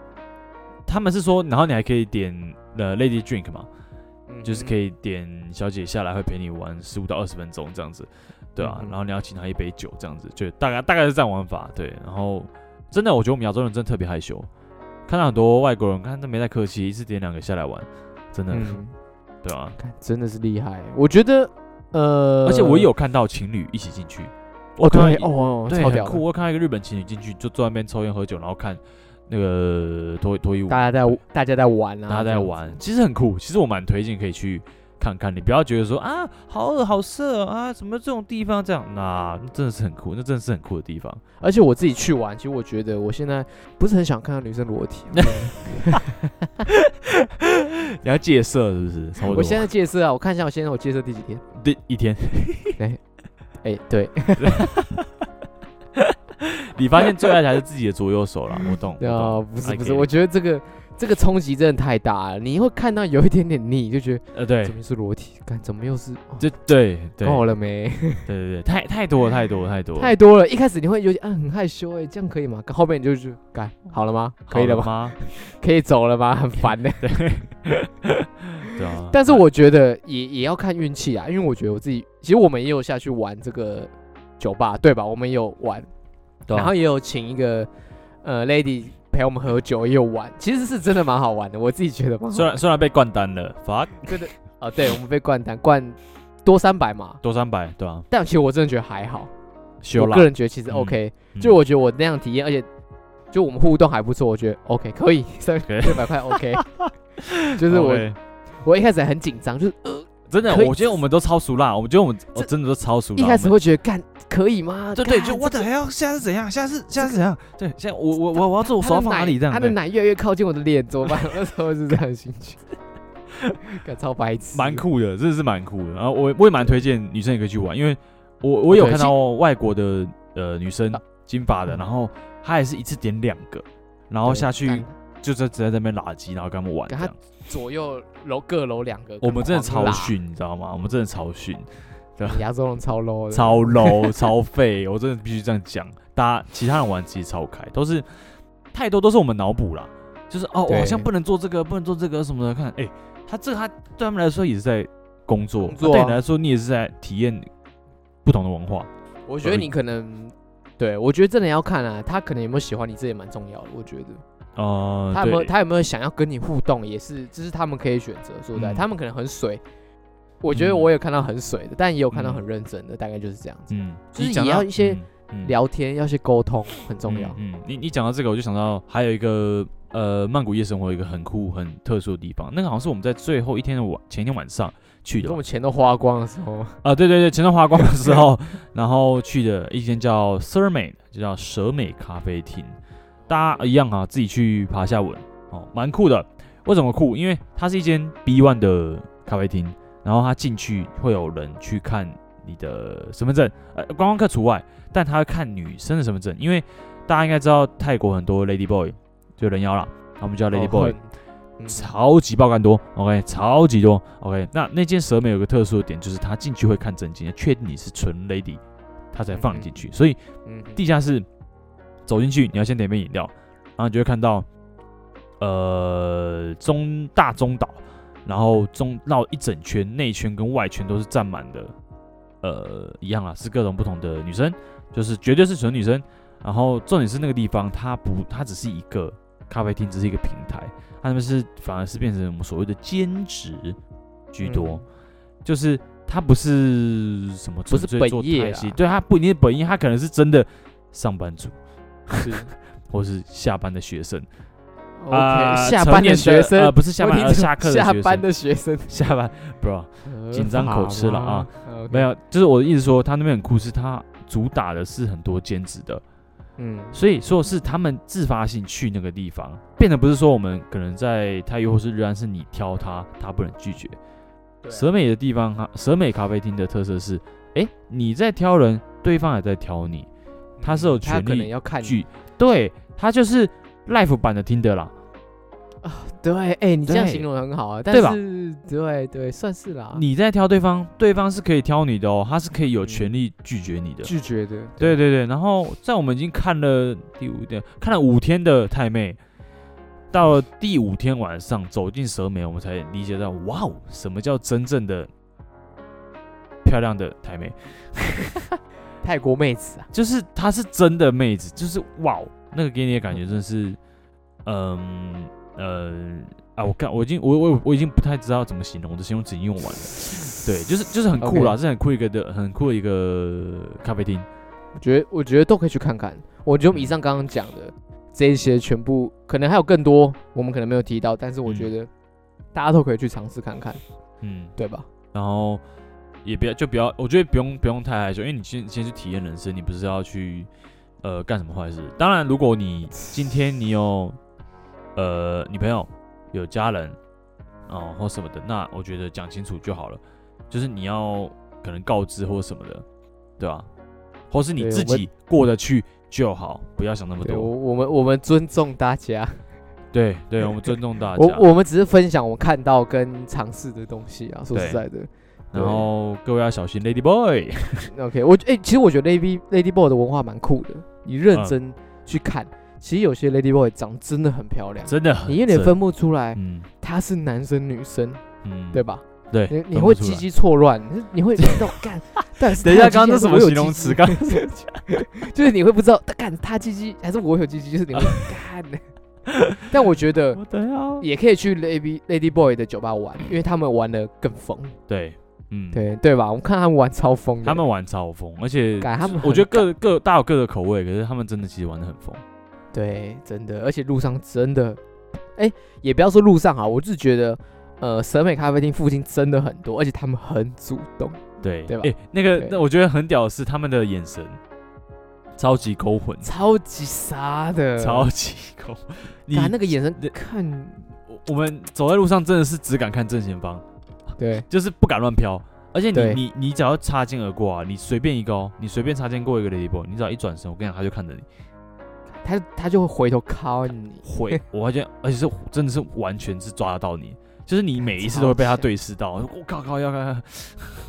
Speaker 2: 他们是说，然后你还可以点呃 lady drink 嘛，就是可
Speaker 1: 以，
Speaker 2: 以点小姐下来会陪你玩十五到二十分钟这样子，对啊，
Speaker 1: 嗯哼
Speaker 2: 然后你要请她一杯酒这样子，就大概大概是这样玩法，对，然后真的我觉得我们亚洲人真的特别害羞，看到很多外国人，看他没太客气，一次点两个下来玩，真的，
Speaker 1: 嗯，
Speaker 2: 对啊，
Speaker 1: 看嗯真的是厉害。我觉得，呃，
Speaker 2: 而且我也有看到情侣一起进去，
Speaker 1: 哦，
Speaker 2: 看到
Speaker 1: 对
Speaker 2: 一
Speaker 1: 哦哦，
Speaker 2: 对，
Speaker 1: 超
Speaker 2: 很
Speaker 1: 屌
Speaker 2: 酷。
Speaker 1: 的，
Speaker 2: 我看到一个日本情侣进去，就坐在那边抽烟喝酒，然后看那个脱脱衣舞，
Speaker 1: 大家在大家在玩啊，
Speaker 2: 大家
Speaker 1: 这
Speaker 2: 在
Speaker 1: 样子
Speaker 2: 玩，其实很酷。其实我蛮推荐可以去看看，你不要觉得说啊好恶好色啊，什么这种地方这样，那那真的是很酷，那真的是很酷的地方。
Speaker 1: 而且我自己去玩，其实我觉得我现在不是很想看到女生裸 体。
Speaker 2: 你要戒色是不是？差不多
Speaker 1: 我现在戒色啊，我看一下我现在我戒色第 几天？
Speaker 2: 第一天，
Speaker 1: 哎、对，
Speaker 2: 你发现最爱的还是自己的左右手了。我懂，我
Speaker 1: 啊，
Speaker 2: 懂
Speaker 1: 不是
Speaker 2: I
Speaker 1: 不
Speaker 2: get
Speaker 1: 是，
Speaker 2: it
Speaker 1: 我觉得这个这个冲击真的太大了，你会看到有一点点腻，就觉得
Speaker 2: 呃对
Speaker 1: 怎，么是裸体，看怎么又是，哦、
Speaker 2: 这对对
Speaker 1: 够了没？
Speaker 2: 对对对，太太多了太多了太多了，
Speaker 1: 太多了，一开始你会有点啊很害羞哎、这样可以 吗？后面你就就改好了吗？可以了
Speaker 2: 哦好了
Speaker 1: 吗？
Speaker 2: 吗？
Speaker 1: 可以走了吗？很 烦呢、
Speaker 2: 对 啊，
Speaker 1: 但是我觉得也也要看运气啊，因为我觉得我自己，其实我们也有下去玩这个酒吧，对吧？我们也有玩，
Speaker 2: 对啊
Speaker 1: 然后也有请一个呃 lady 陪我们喝酒，也有玩，其实是真的蛮好玩的，我自己觉得蛮好玩
Speaker 2: 虽然虽然被灌单了，fuck
Speaker 1: 真的哦，对我们被灌单灌多三百嘛，
Speaker 2: 多三百对啊吧？
Speaker 1: 但其实我真的觉得还好，
Speaker 2: 修
Speaker 1: 我
Speaker 2: 啦
Speaker 1: 个，人觉得其实
Speaker 2: 嗯
Speaker 1: OK，、
Speaker 2: 嗯
Speaker 1: 就我觉得我那样体验，而且就我们互动还不错，我觉得 OK 可以三
Speaker 2: 可以
Speaker 1: 六百 块 OK，就是我
Speaker 2: OK
Speaker 1: 我一开始还很紧张，就是
Speaker 2: 真的
Speaker 1: 可，以
Speaker 2: 我觉得我们都超熟辣，我觉得我们
Speaker 1: 这
Speaker 2: 我真的都超熟辣。
Speaker 1: 一开始
Speaker 2: 我们
Speaker 1: 会觉得干可以吗？
Speaker 2: 对对，
Speaker 1: 干
Speaker 2: 就我的还要下次怎样，下次下次怎样？对，现在我我我我要做我
Speaker 1: 他
Speaker 2: 手要
Speaker 1: 的
Speaker 2: 放哪
Speaker 1: 奶
Speaker 2: 里这样？
Speaker 1: 他的
Speaker 2: 对
Speaker 1: 奶越来越靠近我的脸，怎么办？ 那时候是这样的心情， 干超白痴，
Speaker 2: 蛮酷的，真的是蛮酷的。然后我我也蛮推荐女生也可以去玩，因为我我有
Speaker 1: 对
Speaker 2: 看
Speaker 1: 其
Speaker 2: 到外国的呃女生
Speaker 1: 啊
Speaker 2: 金发的，然后她也是一次点两个，然后
Speaker 1: 对
Speaker 2: 下去
Speaker 1: 干
Speaker 2: 就在只在那边拉鸡，然后跟他们玩这
Speaker 1: 跟他
Speaker 2: 样。
Speaker 1: 左右楼各楼两个，
Speaker 2: 我们真的
Speaker 1: 狂
Speaker 2: 超
Speaker 1: 拉，
Speaker 2: 逊，你知道吗？我们真的超逊。
Speaker 1: 亚洲人超 low 的，
Speaker 2: 超 low 超废，我真的必须这样讲。大家其他人玩其实超开，都是太多都是我们脑补啦，就是哦，我
Speaker 1: 对
Speaker 2: 好像不能做这个，不能做这个什么的。看，哎、他这个他对他们来说也是在工作，
Speaker 1: 工
Speaker 2: 那
Speaker 1: 作
Speaker 2: 对
Speaker 1: 啊
Speaker 2: 你来说你也是在体验不同的文化。
Speaker 1: 我觉得你可能，对我觉得真的要看啊，他可能有没有喜欢你，这也蛮重要的。我觉得
Speaker 2: 呃，
Speaker 1: 他有没有
Speaker 2: 对
Speaker 1: 他有没有想要跟你互动，也是这是他们可以选择。说实在，
Speaker 2: 嗯
Speaker 1: 他们可能很水，我觉得
Speaker 2: 嗯
Speaker 1: 我有看到很水的，但也有看到
Speaker 2: 嗯
Speaker 1: 很认真的，大概就是这样子。
Speaker 2: 嗯，
Speaker 1: 就是
Speaker 2: 你讲
Speaker 1: 也要
Speaker 2: 到
Speaker 1: 一些
Speaker 2: 嗯嗯
Speaker 1: 聊天要去沟通很重要。
Speaker 2: 嗯，嗯你你讲到这个，我就想到还有一个呃，曼谷夜生活有一个很酷、很特殊的地方，那个好像是我们在最后一天的晚前一天晚上去的
Speaker 1: 跟
Speaker 2: 吧
Speaker 1: 我钱都花光的时候，
Speaker 2: 啊、对对对，钱都花光的时候，然后去的一间叫 Surmay，就叫蛇美咖啡厅，大家一样啊，自己去爬下文哦，蛮酷的。为什么酷？因为它是一间 B One 的咖啡厅，然后它进去会有人去看你的身份证，呃，观光客除外，但他会看女生的身份证，因为大家应该知道泰国很多 Lady Boy 就人妖啦，那我们叫 Lady
Speaker 1: 哦
Speaker 2: Boy，、
Speaker 1: 很嗯
Speaker 2: 超级爆肝多，OK，超级多，OK。那那间蛇美有个特殊的点，就是它进去会看证件，确定你是纯 lady，它才放你进去。所以
Speaker 1: 嗯
Speaker 2: 地下室走进去，你要先点杯饮料，然后你就会看到，呃，中大中岛，然后中绕一整圈，内圈跟外圈都是站满的，呃，一样啊，是各种不同的女生，就是绝对是纯女生。然后重点是那个地方，它不，它只是一个咖啡厅，只是一个平台，它那边是反而是变成我们所谓的兼职居多。
Speaker 1: 嗯
Speaker 2: 就是他不是什么
Speaker 1: 不是
Speaker 2: 纯粹
Speaker 1: 本
Speaker 2: 做
Speaker 1: 业啊
Speaker 2: 泰
Speaker 1: 啦
Speaker 2: 系，对他不一定是本业，他可能是真的上班族
Speaker 1: 嗯 是哦
Speaker 2: 或是下班的学生呃
Speaker 1: OK，下
Speaker 2: 成
Speaker 1: 班
Speaker 2: 啊年
Speaker 1: 的学生
Speaker 2: 呃、不是下
Speaker 1: 我
Speaker 2: 班
Speaker 1: 听
Speaker 2: 而
Speaker 1: 成
Speaker 2: 下课的
Speaker 1: 下
Speaker 2: 学
Speaker 1: 班
Speaker 2: 生，
Speaker 1: 的学生
Speaker 2: 下班 bro 紧张口吃了啊
Speaker 1: 合法吗，OK，
Speaker 2: 没有，就是我的意思说，他那边很酷，是他主打的是很多兼职的，
Speaker 1: 嗯
Speaker 2: 所以说是他们自发性去那个地方，变得不是说我们可能在泰语或是日安是你挑他，他不能拒绝，
Speaker 1: 对啊
Speaker 2: 蛇美的地方哈，蛇美咖啡厅的特色是，哎、你在挑人，对方也在挑你，他是有
Speaker 1: 嗯他
Speaker 2: 权
Speaker 1: 可能
Speaker 2: 利
Speaker 1: 要看你
Speaker 2: 剧，对，它就是 life 版的听的啦，
Speaker 1: 对，哎，你这样
Speaker 2: 对
Speaker 1: 形容得很好啊，但
Speaker 2: 对吧
Speaker 1: 是对对，算是啦，
Speaker 2: 你在挑对方，对方是可以挑你的哦，他是可以有权利拒绝你的。
Speaker 1: 嗯拒绝的，
Speaker 2: 对对对，然后在我们已经看了第五天，看了五天的太妹，到了第五天晚上走进蛇美，我们才理解到，哇哦，什么叫真正的漂亮的太妹。
Speaker 1: 泰国妹子啊，
Speaker 2: 就是她是真的妹子，就是哇哦，那个给你的感觉真的是，嗯呃啊，我看我已经我我我已经不太知道怎么形容，我的形容词已经用完了。对，就是就是很酷啦
Speaker 1: OK
Speaker 2: 这是很酷一个的很酷的一个咖啡厅。
Speaker 1: 我觉得我觉得都可以去看看。我觉得我们以上刚刚讲的这一些全部，可能还有更多，我们可能没有提到，但是我
Speaker 2: 嗯
Speaker 1: 觉得大家都可以去尝试看看，
Speaker 2: 嗯，
Speaker 1: 对吧？
Speaker 2: 然后也不要就不要，我觉得不用不用太害羞，因为你先先去体验人生，你不是要去呃干什么坏事。当然，如果你今天你有呃女朋友、有家人哦、或什么的，那我觉得讲清楚就好了，就是你要可能告知或什么的，对吧、或是你
Speaker 1: 对
Speaker 2: 自
Speaker 1: 我
Speaker 2: 己过得去就好，不要想那么
Speaker 1: 对，我
Speaker 2: 多。
Speaker 1: 我们我们尊重大家，
Speaker 2: 对对，我们尊重大家。
Speaker 1: 我我们只是分享我看到跟尝试的东西啊。说实
Speaker 2: 对
Speaker 1: 在的
Speaker 2: 然后各位要小心，Lady Boy。
Speaker 1: ，OK，我哎、其实我觉得 Lady Lady Boy 的文化蛮酷的，你认
Speaker 2: 嗯
Speaker 1: 真去看，其实有些 Lady Boy 长真的很漂亮，
Speaker 2: 真的很
Speaker 1: 你有点
Speaker 2: 正
Speaker 1: 分不出来
Speaker 2: 嗯
Speaker 1: 他是男生女生，
Speaker 2: 嗯，
Speaker 1: 对吧？
Speaker 2: 对，
Speaker 1: 你你
Speaker 2: 分不
Speaker 1: 会
Speaker 2: 出
Speaker 1: 鸡
Speaker 2: 来
Speaker 1: 鸡错乱，你你会那种干， 但是
Speaker 2: 等一下，
Speaker 1: 他
Speaker 2: 刚刚
Speaker 1: 鸡
Speaker 2: 那
Speaker 1: 鸡
Speaker 2: 什
Speaker 1: 还
Speaker 2: 么
Speaker 1: 是我有
Speaker 2: 形容
Speaker 1: 鸡
Speaker 2: 词？啊
Speaker 1: 鸡
Speaker 2: 刚
Speaker 1: 就是你会不知道，他干他鸡鸡还是我有鸡鸡，就是你 会干。但我觉得
Speaker 2: 我等下
Speaker 1: 也可以去 Lady Lady Boy 的酒吧玩，因为他们玩的更疯，
Speaker 2: 对，嗯，
Speaker 1: 对对吧？我看他们玩超疯的，
Speaker 2: 他们玩超疯，而且
Speaker 1: 干他们
Speaker 2: 我觉得
Speaker 1: 很
Speaker 2: 各各大有各的口味，可是他们真的其实玩的很疯。
Speaker 1: 对真的，而且路上真的，哎，也不要说路上啊，我是觉得。呃，审美咖啡厅附近真的很多，而且他们很主动，
Speaker 2: 对，
Speaker 1: 对吧
Speaker 2: 哎，那个
Speaker 1: 对
Speaker 2: 那我觉得很屌的是他们的眼神，超级勾魂，
Speaker 1: 超级杀的，
Speaker 2: 超级勾。 你
Speaker 1: 啊干那个眼神
Speaker 2: 你
Speaker 1: 看，
Speaker 2: 我我们走在路上真的是只敢看正前方，
Speaker 1: 对，
Speaker 2: 就是不敢乱飘。而且
Speaker 1: 对
Speaker 2: 你你你只要擦肩而过啊，你随便一个哦，你随便擦肩过一个 lady boy，你只要一转身，我跟你讲，他就看着你，
Speaker 1: 他他就会回头靠你，
Speaker 2: 会， 我发现，而且是真的是完全是抓得到你，就是 你每一次都会被他
Speaker 1: 超像
Speaker 2: 对视到。我哦靠靠，要看，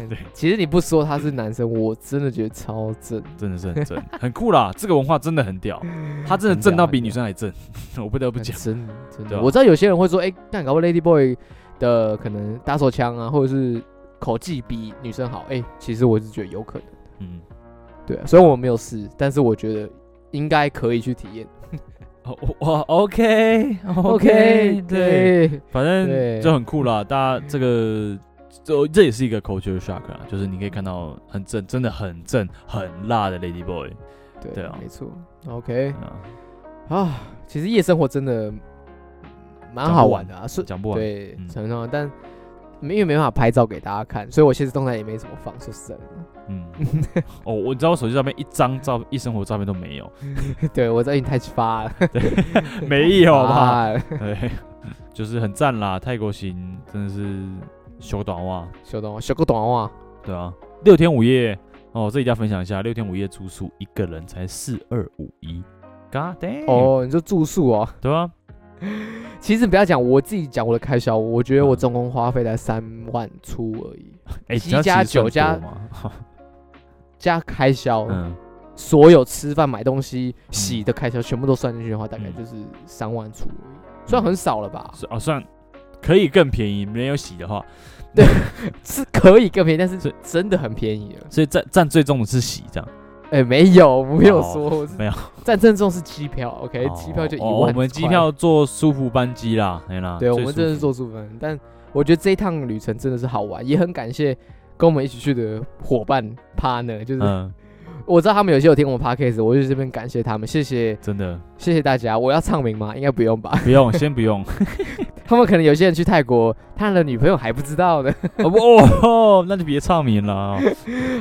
Speaker 2: 对
Speaker 1: 其实你不说他是男生，我真的觉得超正。
Speaker 2: 真的是很正，很酷啦！这个文化真的 很屌，他真的正到比女生还正，我不得不
Speaker 1: 很
Speaker 2: 讲。
Speaker 1: 真的真
Speaker 2: 对
Speaker 1: 的。
Speaker 2: 啊
Speaker 1: 我知道有些人会说，哎、干搞不好 Lady Boy 的可能打手枪啊，或者是口技比女生好，哎、其实我是觉得有可能，
Speaker 2: 嗯，
Speaker 1: 对、啊，虽然我没有试，但是我觉得应该可以去体验。
Speaker 2: 哦哇，OK
Speaker 1: OK，
Speaker 2: 对，
Speaker 1: 对，
Speaker 2: 反正
Speaker 1: 对
Speaker 2: 就很酷啦。大家这个这这也是一个 culture shock 啊，就是你可以看到很正，真的很正很辣的 Lady Boy
Speaker 1: 对，
Speaker 2: 对啊
Speaker 1: 没错，OK
Speaker 2: 啊，
Speaker 1: 啊，其实夜生活真的蛮好玩的啊，是
Speaker 2: 讲不完。
Speaker 1: 对
Speaker 2: 嗯，
Speaker 1: 很好玩，但没因为没办法拍照给大家看，所以我现实动态也没怎么放， 说实在的，
Speaker 2: 嗯，哦，我知道我手机上面一张照、一生活照片都没 有，
Speaker 1: 对我在你太发 了，
Speaker 2: 没有吧？
Speaker 1: 啊，
Speaker 2: 对， 就是很赞啦，泰国行真的是修短袜，
Speaker 1: 小短小个短袜，
Speaker 2: 对啊，六天五夜哦，这里要分享一下，六天五夜住宿一个人才四二五一，God damn，、
Speaker 1: 哦，你说住宿哦，
Speaker 2: 对啊，
Speaker 1: 其实不要讲，我自己讲我的开销，我觉得我
Speaker 2: 嗯
Speaker 1: 总共花费才三万出而已，
Speaker 2: 哎、
Speaker 1: 七
Speaker 2: 这样其
Speaker 1: 加
Speaker 2: 实算
Speaker 1: 九加哦
Speaker 2: 多吗
Speaker 1: 加开销，
Speaker 2: 嗯，
Speaker 1: 所有吃饭、买东西、洗的开销全部都算进去的话，大概
Speaker 2: 嗯
Speaker 1: 就是三万出而已，算很少了吧？
Speaker 2: 是哦，算可以更便宜，没有洗的话，
Speaker 1: 是可以更便宜，但
Speaker 2: 所以
Speaker 1: 是真的很便宜了。
Speaker 2: 所以占占最重的是洗，这样
Speaker 1: 哎，没有，没有说，我是
Speaker 2: 哦没有，
Speaker 1: 但正中是机票，OK，
Speaker 2: 哦
Speaker 1: 哎机票就一
Speaker 2: 哦
Speaker 1: 万。
Speaker 2: 我们机，票坐舒服班机啦，哎啦，
Speaker 1: 对我
Speaker 2: 最
Speaker 1: 们
Speaker 2: 舒
Speaker 1: 真的
Speaker 2: 服
Speaker 1: 是做出分，但我觉得这一趟旅程真的是好玩，也很感谢跟我们一起去的伙伴 partner，就是
Speaker 2: 嗯，
Speaker 1: 我知道他们有些有听我们 podcast，我就这边感谢他们，谢谢
Speaker 2: 真的
Speaker 1: 谢谢大家。我要唱名吗？应该不用吧。
Speaker 2: 不用， 先不用，
Speaker 1: 他们可能有些人去泰国，他的女朋友还不知道呢。
Speaker 2: 哦不哦， 那就别唱名了啊、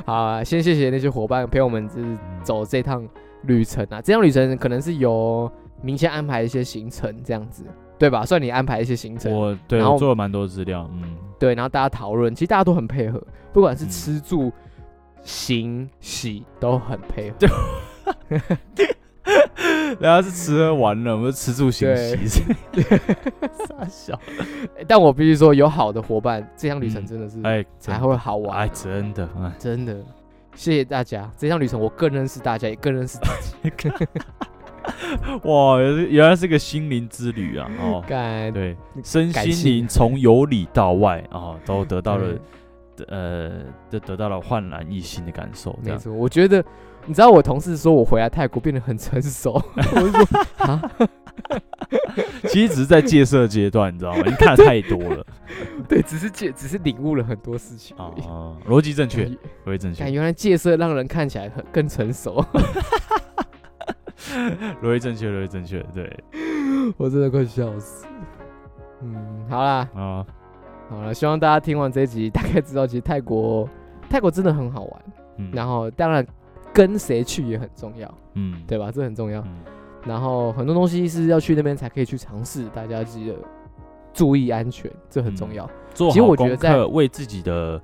Speaker 1: 好啊，先谢谢那些伙伴陪我们就是
Speaker 2: 嗯
Speaker 1: 走这趟旅程啊。这趟旅程可能是由明先安排一些行程这样子，对吧？算你安排一些行程，
Speaker 2: 我对
Speaker 1: 然
Speaker 2: 我
Speaker 1: 后
Speaker 2: 做了蛮多资料，嗯，
Speaker 1: 对，然后大家讨论，其实大家都很配合，不管是
Speaker 2: 嗯
Speaker 1: 吃住、行、洗都很配合。
Speaker 2: 然后是吃喝玩乐，我们是吃住行
Speaker 1: 对
Speaker 2: 洗， 傻笑，
Speaker 1: 但我必须说，有好的伙伴，这趟旅程
Speaker 2: 嗯
Speaker 1: 真的是
Speaker 2: 哎，
Speaker 1: 才
Speaker 2: 真
Speaker 1: 会好玩啊。
Speaker 2: 哎，真的，哎，
Speaker 1: 真的，谢谢大家。这趟旅程我更认识大家，也更认识自己。
Speaker 2: 哇，原来是个心灵之旅啊！哦，
Speaker 1: 感
Speaker 2: 对，身
Speaker 1: 感
Speaker 2: 心灵从由里到外啊、哦，都得到了
Speaker 1: 嗯
Speaker 2: 呃，都得到了焕然一新的感受。这
Speaker 1: 没
Speaker 2: 样，
Speaker 1: 错，我觉得你知道，我同事说我回来泰国变得很成熟，我就说啊，
Speaker 2: 其实只是在戒色阶段，你知道 吗？你看得太多了
Speaker 1: 对，只是戒，只是领悟了很多事情
Speaker 2: 啊
Speaker 1: 而已。
Speaker 2: 啊，逻辑正确，
Speaker 1: 感
Speaker 2: 逻辑正
Speaker 1: 感
Speaker 2: 确，
Speaker 1: 原来戒色让人看起来很更成熟，
Speaker 2: 逻辑正确，逻辑正确，对
Speaker 1: 我真的快笑死。嗯，好啦，
Speaker 2: 啊，
Speaker 1: 好了，希望大家听完这一集，大概知道其实泰国泰国真的很好玩，
Speaker 2: 嗯，
Speaker 1: 然后当然跟谁去也很重要，
Speaker 2: 嗯，
Speaker 1: 对吧？这很重要。
Speaker 2: 嗯，
Speaker 1: 然后很多东西是要去那边才可以去尝试，大家记得注意安全，这很重要。
Speaker 2: 做
Speaker 1: 其实
Speaker 2: 好
Speaker 1: 我觉
Speaker 2: 功
Speaker 1: 得在
Speaker 2: 课，为自己的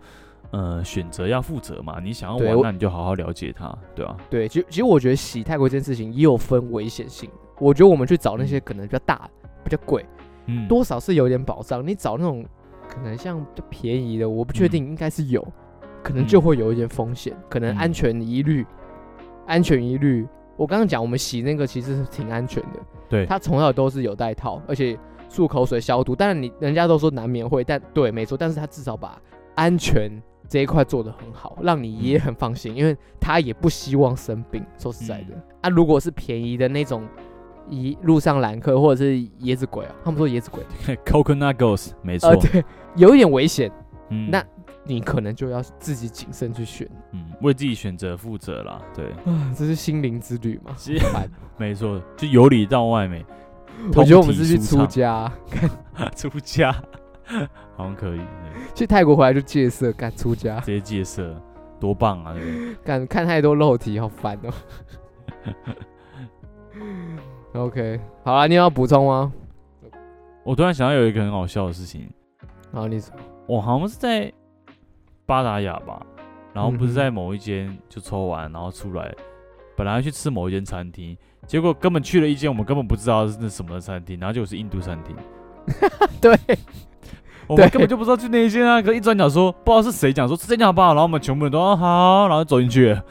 Speaker 2: 呃选择要负责嘛。你想要
Speaker 1: 对
Speaker 2: 玩，
Speaker 1: 我
Speaker 2: 那你就好好了解它，对吧、啊？
Speaker 1: 对，其实其实我觉得洗泰国这件事情也有分危险性。我觉得我们去找那些可能比较大、比较贵，
Speaker 2: 嗯，
Speaker 1: 多少是有点保障。你找那种可能像比较便宜的，我不确定，
Speaker 2: 嗯
Speaker 1: 应该是有，可能就会有一点风险，可能安全疑虑，安全疑虑。我刚刚讲我们洗那个其实是挺安全的，
Speaker 2: 对
Speaker 1: 它从小都是有带套，而且漱口水消毒。当然你人家都说难免会，但对，没错，但是它至少把安全这一块做得很好，让你
Speaker 2: 嗯
Speaker 1: 也很放心，因为他也不希望生病。说实在的，
Speaker 2: 嗯
Speaker 1: 啊，如果是便宜的那种。一路上揽客或者是椰子鬼啊，他们说椰子鬼，
Speaker 2: coconut girls，没错
Speaker 1: 呃，，对，有一点危险，
Speaker 2: 嗯
Speaker 1: 那你可能就要自己谨慎去选
Speaker 2: 嗯，为自己选择负责啦，对，
Speaker 1: 啊，这是心灵之旅 嘛。
Speaker 2: 其实
Speaker 1: 好烦
Speaker 2: 没错，就由里到外没。
Speaker 1: 我觉得我
Speaker 2: 通
Speaker 1: 们
Speaker 2: 体
Speaker 1: 是去
Speaker 2: 舒
Speaker 1: 出
Speaker 2: 畅，啊
Speaker 1: 家，
Speaker 2: 出家， 好像可以，对
Speaker 1: 去泰国回来就戒色，干出家，
Speaker 2: 直接戒色，多棒啊！对不对？
Speaker 1: 干看太多肉体，好烦 哦。OK，好了，你有要补充吗？
Speaker 2: 我突然想到有一个很好笑的事情，
Speaker 1: 好，你说
Speaker 2: 我好像是在巴达雅吧，然后
Speaker 1: 嗯哼
Speaker 2: 不是在某一间就抽完，然后出来，本来要去吃某一间餐厅，结果根本去了一间我们根本不知道是那什么的餐厅，然后就是印度餐厅，
Speaker 1: 对，
Speaker 2: 我们
Speaker 1: 对
Speaker 2: 根本就不知道去那一间啊，可一转角说不知道是谁讲说吃这间好不好，然后我们全部人都啊好，然后走进去了，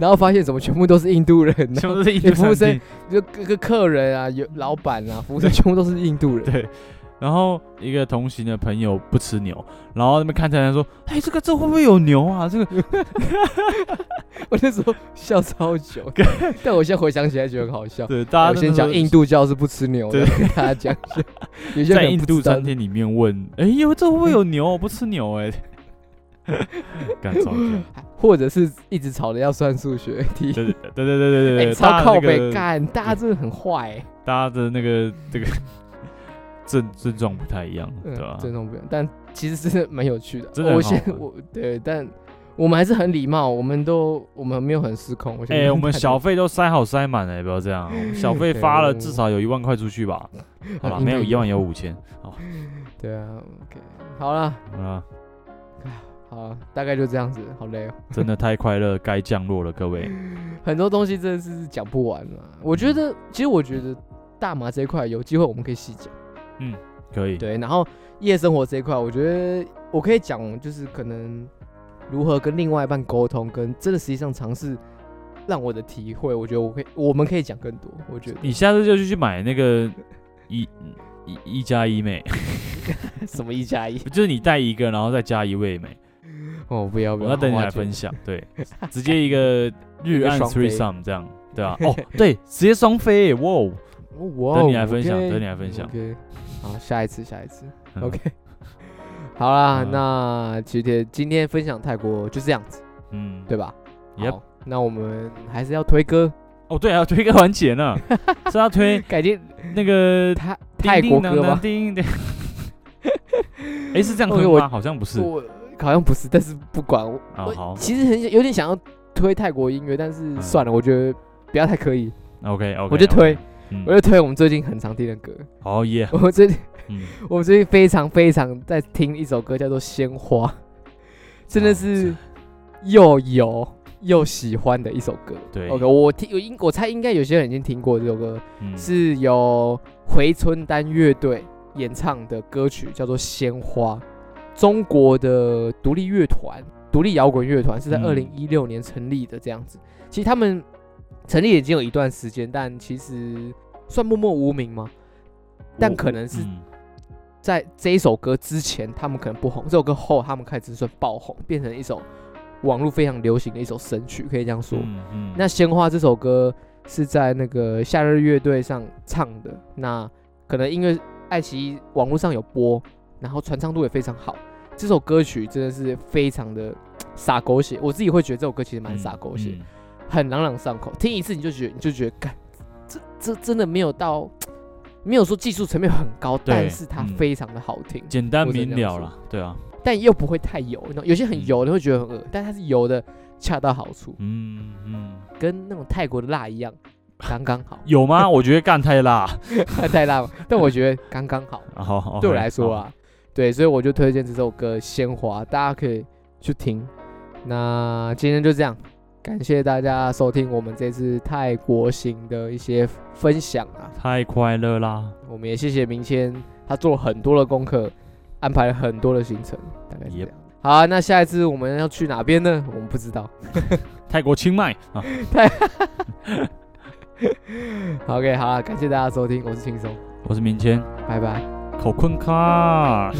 Speaker 1: 然后发现怎么全部都是印度人 呢、
Speaker 2: 全部都是印度
Speaker 1: 服
Speaker 2: 餐
Speaker 1: 务生
Speaker 2: 厅。
Speaker 1: 就各个客人啊，有老板啊，服务生全部都是印度人。
Speaker 2: 嗯对，然后一个同行的朋友不吃牛，然后那边看菜单说：“哎，这个这会不会有牛啊？这 个
Speaker 1: 我那时候笑超 久，但我现在回想起来觉得很好笑。
Speaker 2: 对啊大家
Speaker 1: 我
Speaker 2: 都
Speaker 1: 先
Speaker 2: 是
Speaker 1: 讲印度教是不吃牛的，跟大家讲一 下。有些
Speaker 2: 在
Speaker 1: 人
Speaker 2: 印
Speaker 1: 不知
Speaker 2: 度
Speaker 1: 道
Speaker 2: 餐厅里面问：哎，呦，这会不会有牛？我不吃牛哎、 干糟糕！
Speaker 1: 或者是一直吵着要算数学题，
Speaker 2: 对对对对对对
Speaker 1: 哎、
Speaker 2: 对，大
Speaker 1: 超
Speaker 2: 家
Speaker 1: 靠
Speaker 2: 那个嗯
Speaker 1: 北干，大家真的很坏、欸，
Speaker 2: 大家的那个这个 症症状不太一样，对
Speaker 1: 嗯，
Speaker 2: 吧、
Speaker 1: 这种不要，但其实真的蛮有趣的。
Speaker 2: 真的很
Speaker 1: 我
Speaker 2: 好
Speaker 1: 先
Speaker 2: 玩
Speaker 1: 我对，但我们还是很礼貌，我们都我们没有很失控。我先
Speaker 2: 哎、
Speaker 1: 跟
Speaker 2: 我们
Speaker 1: 大家
Speaker 2: 小费都塞好塞满了、不要这样。我们小费
Speaker 1: 对
Speaker 2: 发了
Speaker 1: 我
Speaker 2: 至少有一万块出 去吧？好了，
Speaker 1: 应
Speaker 2: 没
Speaker 1: 该
Speaker 2: 有一万有五千
Speaker 1: 对啊，OK，好了，
Speaker 2: 啊！
Speaker 1: 好啦，大概就这样子，好累哦。
Speaker 2: 真的太快乐，该降落了，各位。
Speaker 1: 很多东西真的是讲不完
Speaker 2: 嗯
Speaker 1: 了。我觉得，其实我觉得大麻这一块有机会我们可以细讲。
Speaker 2: 可以，
Speaker 1: 对，然后夜生活这一块，我觉得我可以讲，就是可能如何跟另外一半沟通，跟真的实际上尝试让我的体会，我觉得我可以，我们可以讲更多。我觉得
Speaker 2: 你下次就去买那个一一一加一妹，
Speaker 1: 什么一加一？
Speaker 2: 就是你带一个，然后再加一位妹。
Speaker 1: 哦，不要不
Speaker 2: 我
Speaker 1: 要，
Speaker 2: 要等你
Speaker 1: 花
Speaker 2: 来
Speaker 1: 钱
Speaker 2: 分享，对，直接一个日
Speaker 1: 个
Speaker 2: 按
Speaker 1: 双飞
Speaker 2: three sum 这样，对 吧、哦，对，直接双飞耶，哇哦！
Speaker 1: 哦哇哦
Speaker 2: 等你来分享
Speaker 1: OK，
Speaker 2: 等你来分享
Speaker 1: OK，好，下一次，下一次。
Speaker 2: 嗯
Speaker 1: OK，好啦，
Speaker 2: 嗯
Speaker 1: 那其实今天分享泰国就这样子，
Speaker 2: 嗯，
Speaker 1: 对吧？
Speaker 2: Yep
Speaker 1: 好，那我们还是要推 歌，
Speaker 2: 哦，对，还要推一个环 节呢，是要推
Speaker 1: 改天
Speaker 2: 那个
Speaker 1: 泰泰国歌吗？
Speaker 2: 叮叮，哎，是这样
Speaker 1: OK，
Speaker 2: 推
Speaker 1: 我
Speaker 2: 吗？好像不是。
Speaker 1: 我好像不是，但是不管我，
Speaker 2: 啊
Speaker 1: 我
Speaker 2: 好
Speaker 1: 其实很想有点想要推泰国音乐，但是
Speaker 2: 嗯
Speaker 1: 算了，我觉得不要太刻意，
Speaker 2: OK OK，
Speaker 1: 我就推，我
Speaker 2: 嗯，
Speaker 1: 就推我们最近很常听的歌。
Speaker 2: 好耶，
Speaker 1: 我们最近
Speaker 2: 嗯，
Speaker 1: 我们最近非常非常在听一首歌，叫做《鲜花》，真的
Speaker 2: 哦
Speaker 1: 是又有又喜欢的一首歌。
Speaker 2: 对
Speaker 1: ，OK，我听我应我猜应该有些人已经听过这首歌，
Speaker 2: 嗯
Speaker 1: 是由回春丹乐队演唱的歌曲，叫做《鲜花》，中国的独立乐团、独立摇滚乐团是在二零
Speaker 2: 嗯
Speaker 1: 一六年成立的。这样子，其实他们成立已经有一段时间，但其实算默默无名吗？但可能是
Speaker 2: 嗯
Speaker 1: 在这一首歌之前，他们可能不红；这首歌后，他们开始算爆红，变成一首网络非常流行的一首神曲，可以这样说。
Speaker 2: 嗯嗯
Speaker 1: 那《鲜花》这首歌是在那个夏日乐队上唱的，那可能因为爱奇艺网络上有播，然后传唱度也非常好。这首歌曲真的是非常的洒狗血，我自己会觉得这首歌其实
Speaker 2: 嗯
Speaker 1: 蛮洒狗血，，很朗朗上口。听一次你就觉得你就觉得，干，这这真的没有到，嗯没有说技术层面很高，
Speaker 2: 对
Speaker 1: 但是它
Speaker 2: 嗯
Speaker 1: 非常的好听，
Speaker 2: 简单
Speaker 1: 或者
Speaker 2: 明
Speaker 1: 这样
Speaker 2: 了
Speaker 1: 说
Speaker 2: 了，对啊，
Speaker 1: 但又不会太油。你知道有些
Speaker 2: 嗯
Speaker 1: 很油的会觉得很恶，但它是油的恰到好处，
Speaker 2: 嗯嗯，
Speaker 1: 跟那种泰国的辣一样，刚刚好。
Speaker 2: 有吗？我觉得干太辣， 哦
Speaker 1: 太辣了，但我觉得刚刚好，
Speaker 2: 好，好
Speaker 1: 对我
Speaker 2: OK，
Speaker 1: 来说
Speaker 2: 好，
Speaker 1: 啊，对，所以我就推荐这首歌《鲜花》，大家可以去听。那今天就这样，感谢大家收听我们这次泰国行的一些分享啊，
Speaker 2: 太快乐啦，我
Speaker 1: 我们也谢谢明谦，他做了很多的功课，安排了很多的行程，大概是这
Speaker 2: Yep
Speaker 1: 样。好啊、那下一次我们要去哪边呢？我们不知道。
Speaker 2: 泰国清迈啊，
Speaker 1: 好 OK，好啊，感谢大家收听，我是轻松，
Speaker 2: 我是明谦，
Speaker 1: 拜拜。
Speaker 2: 口坤卡。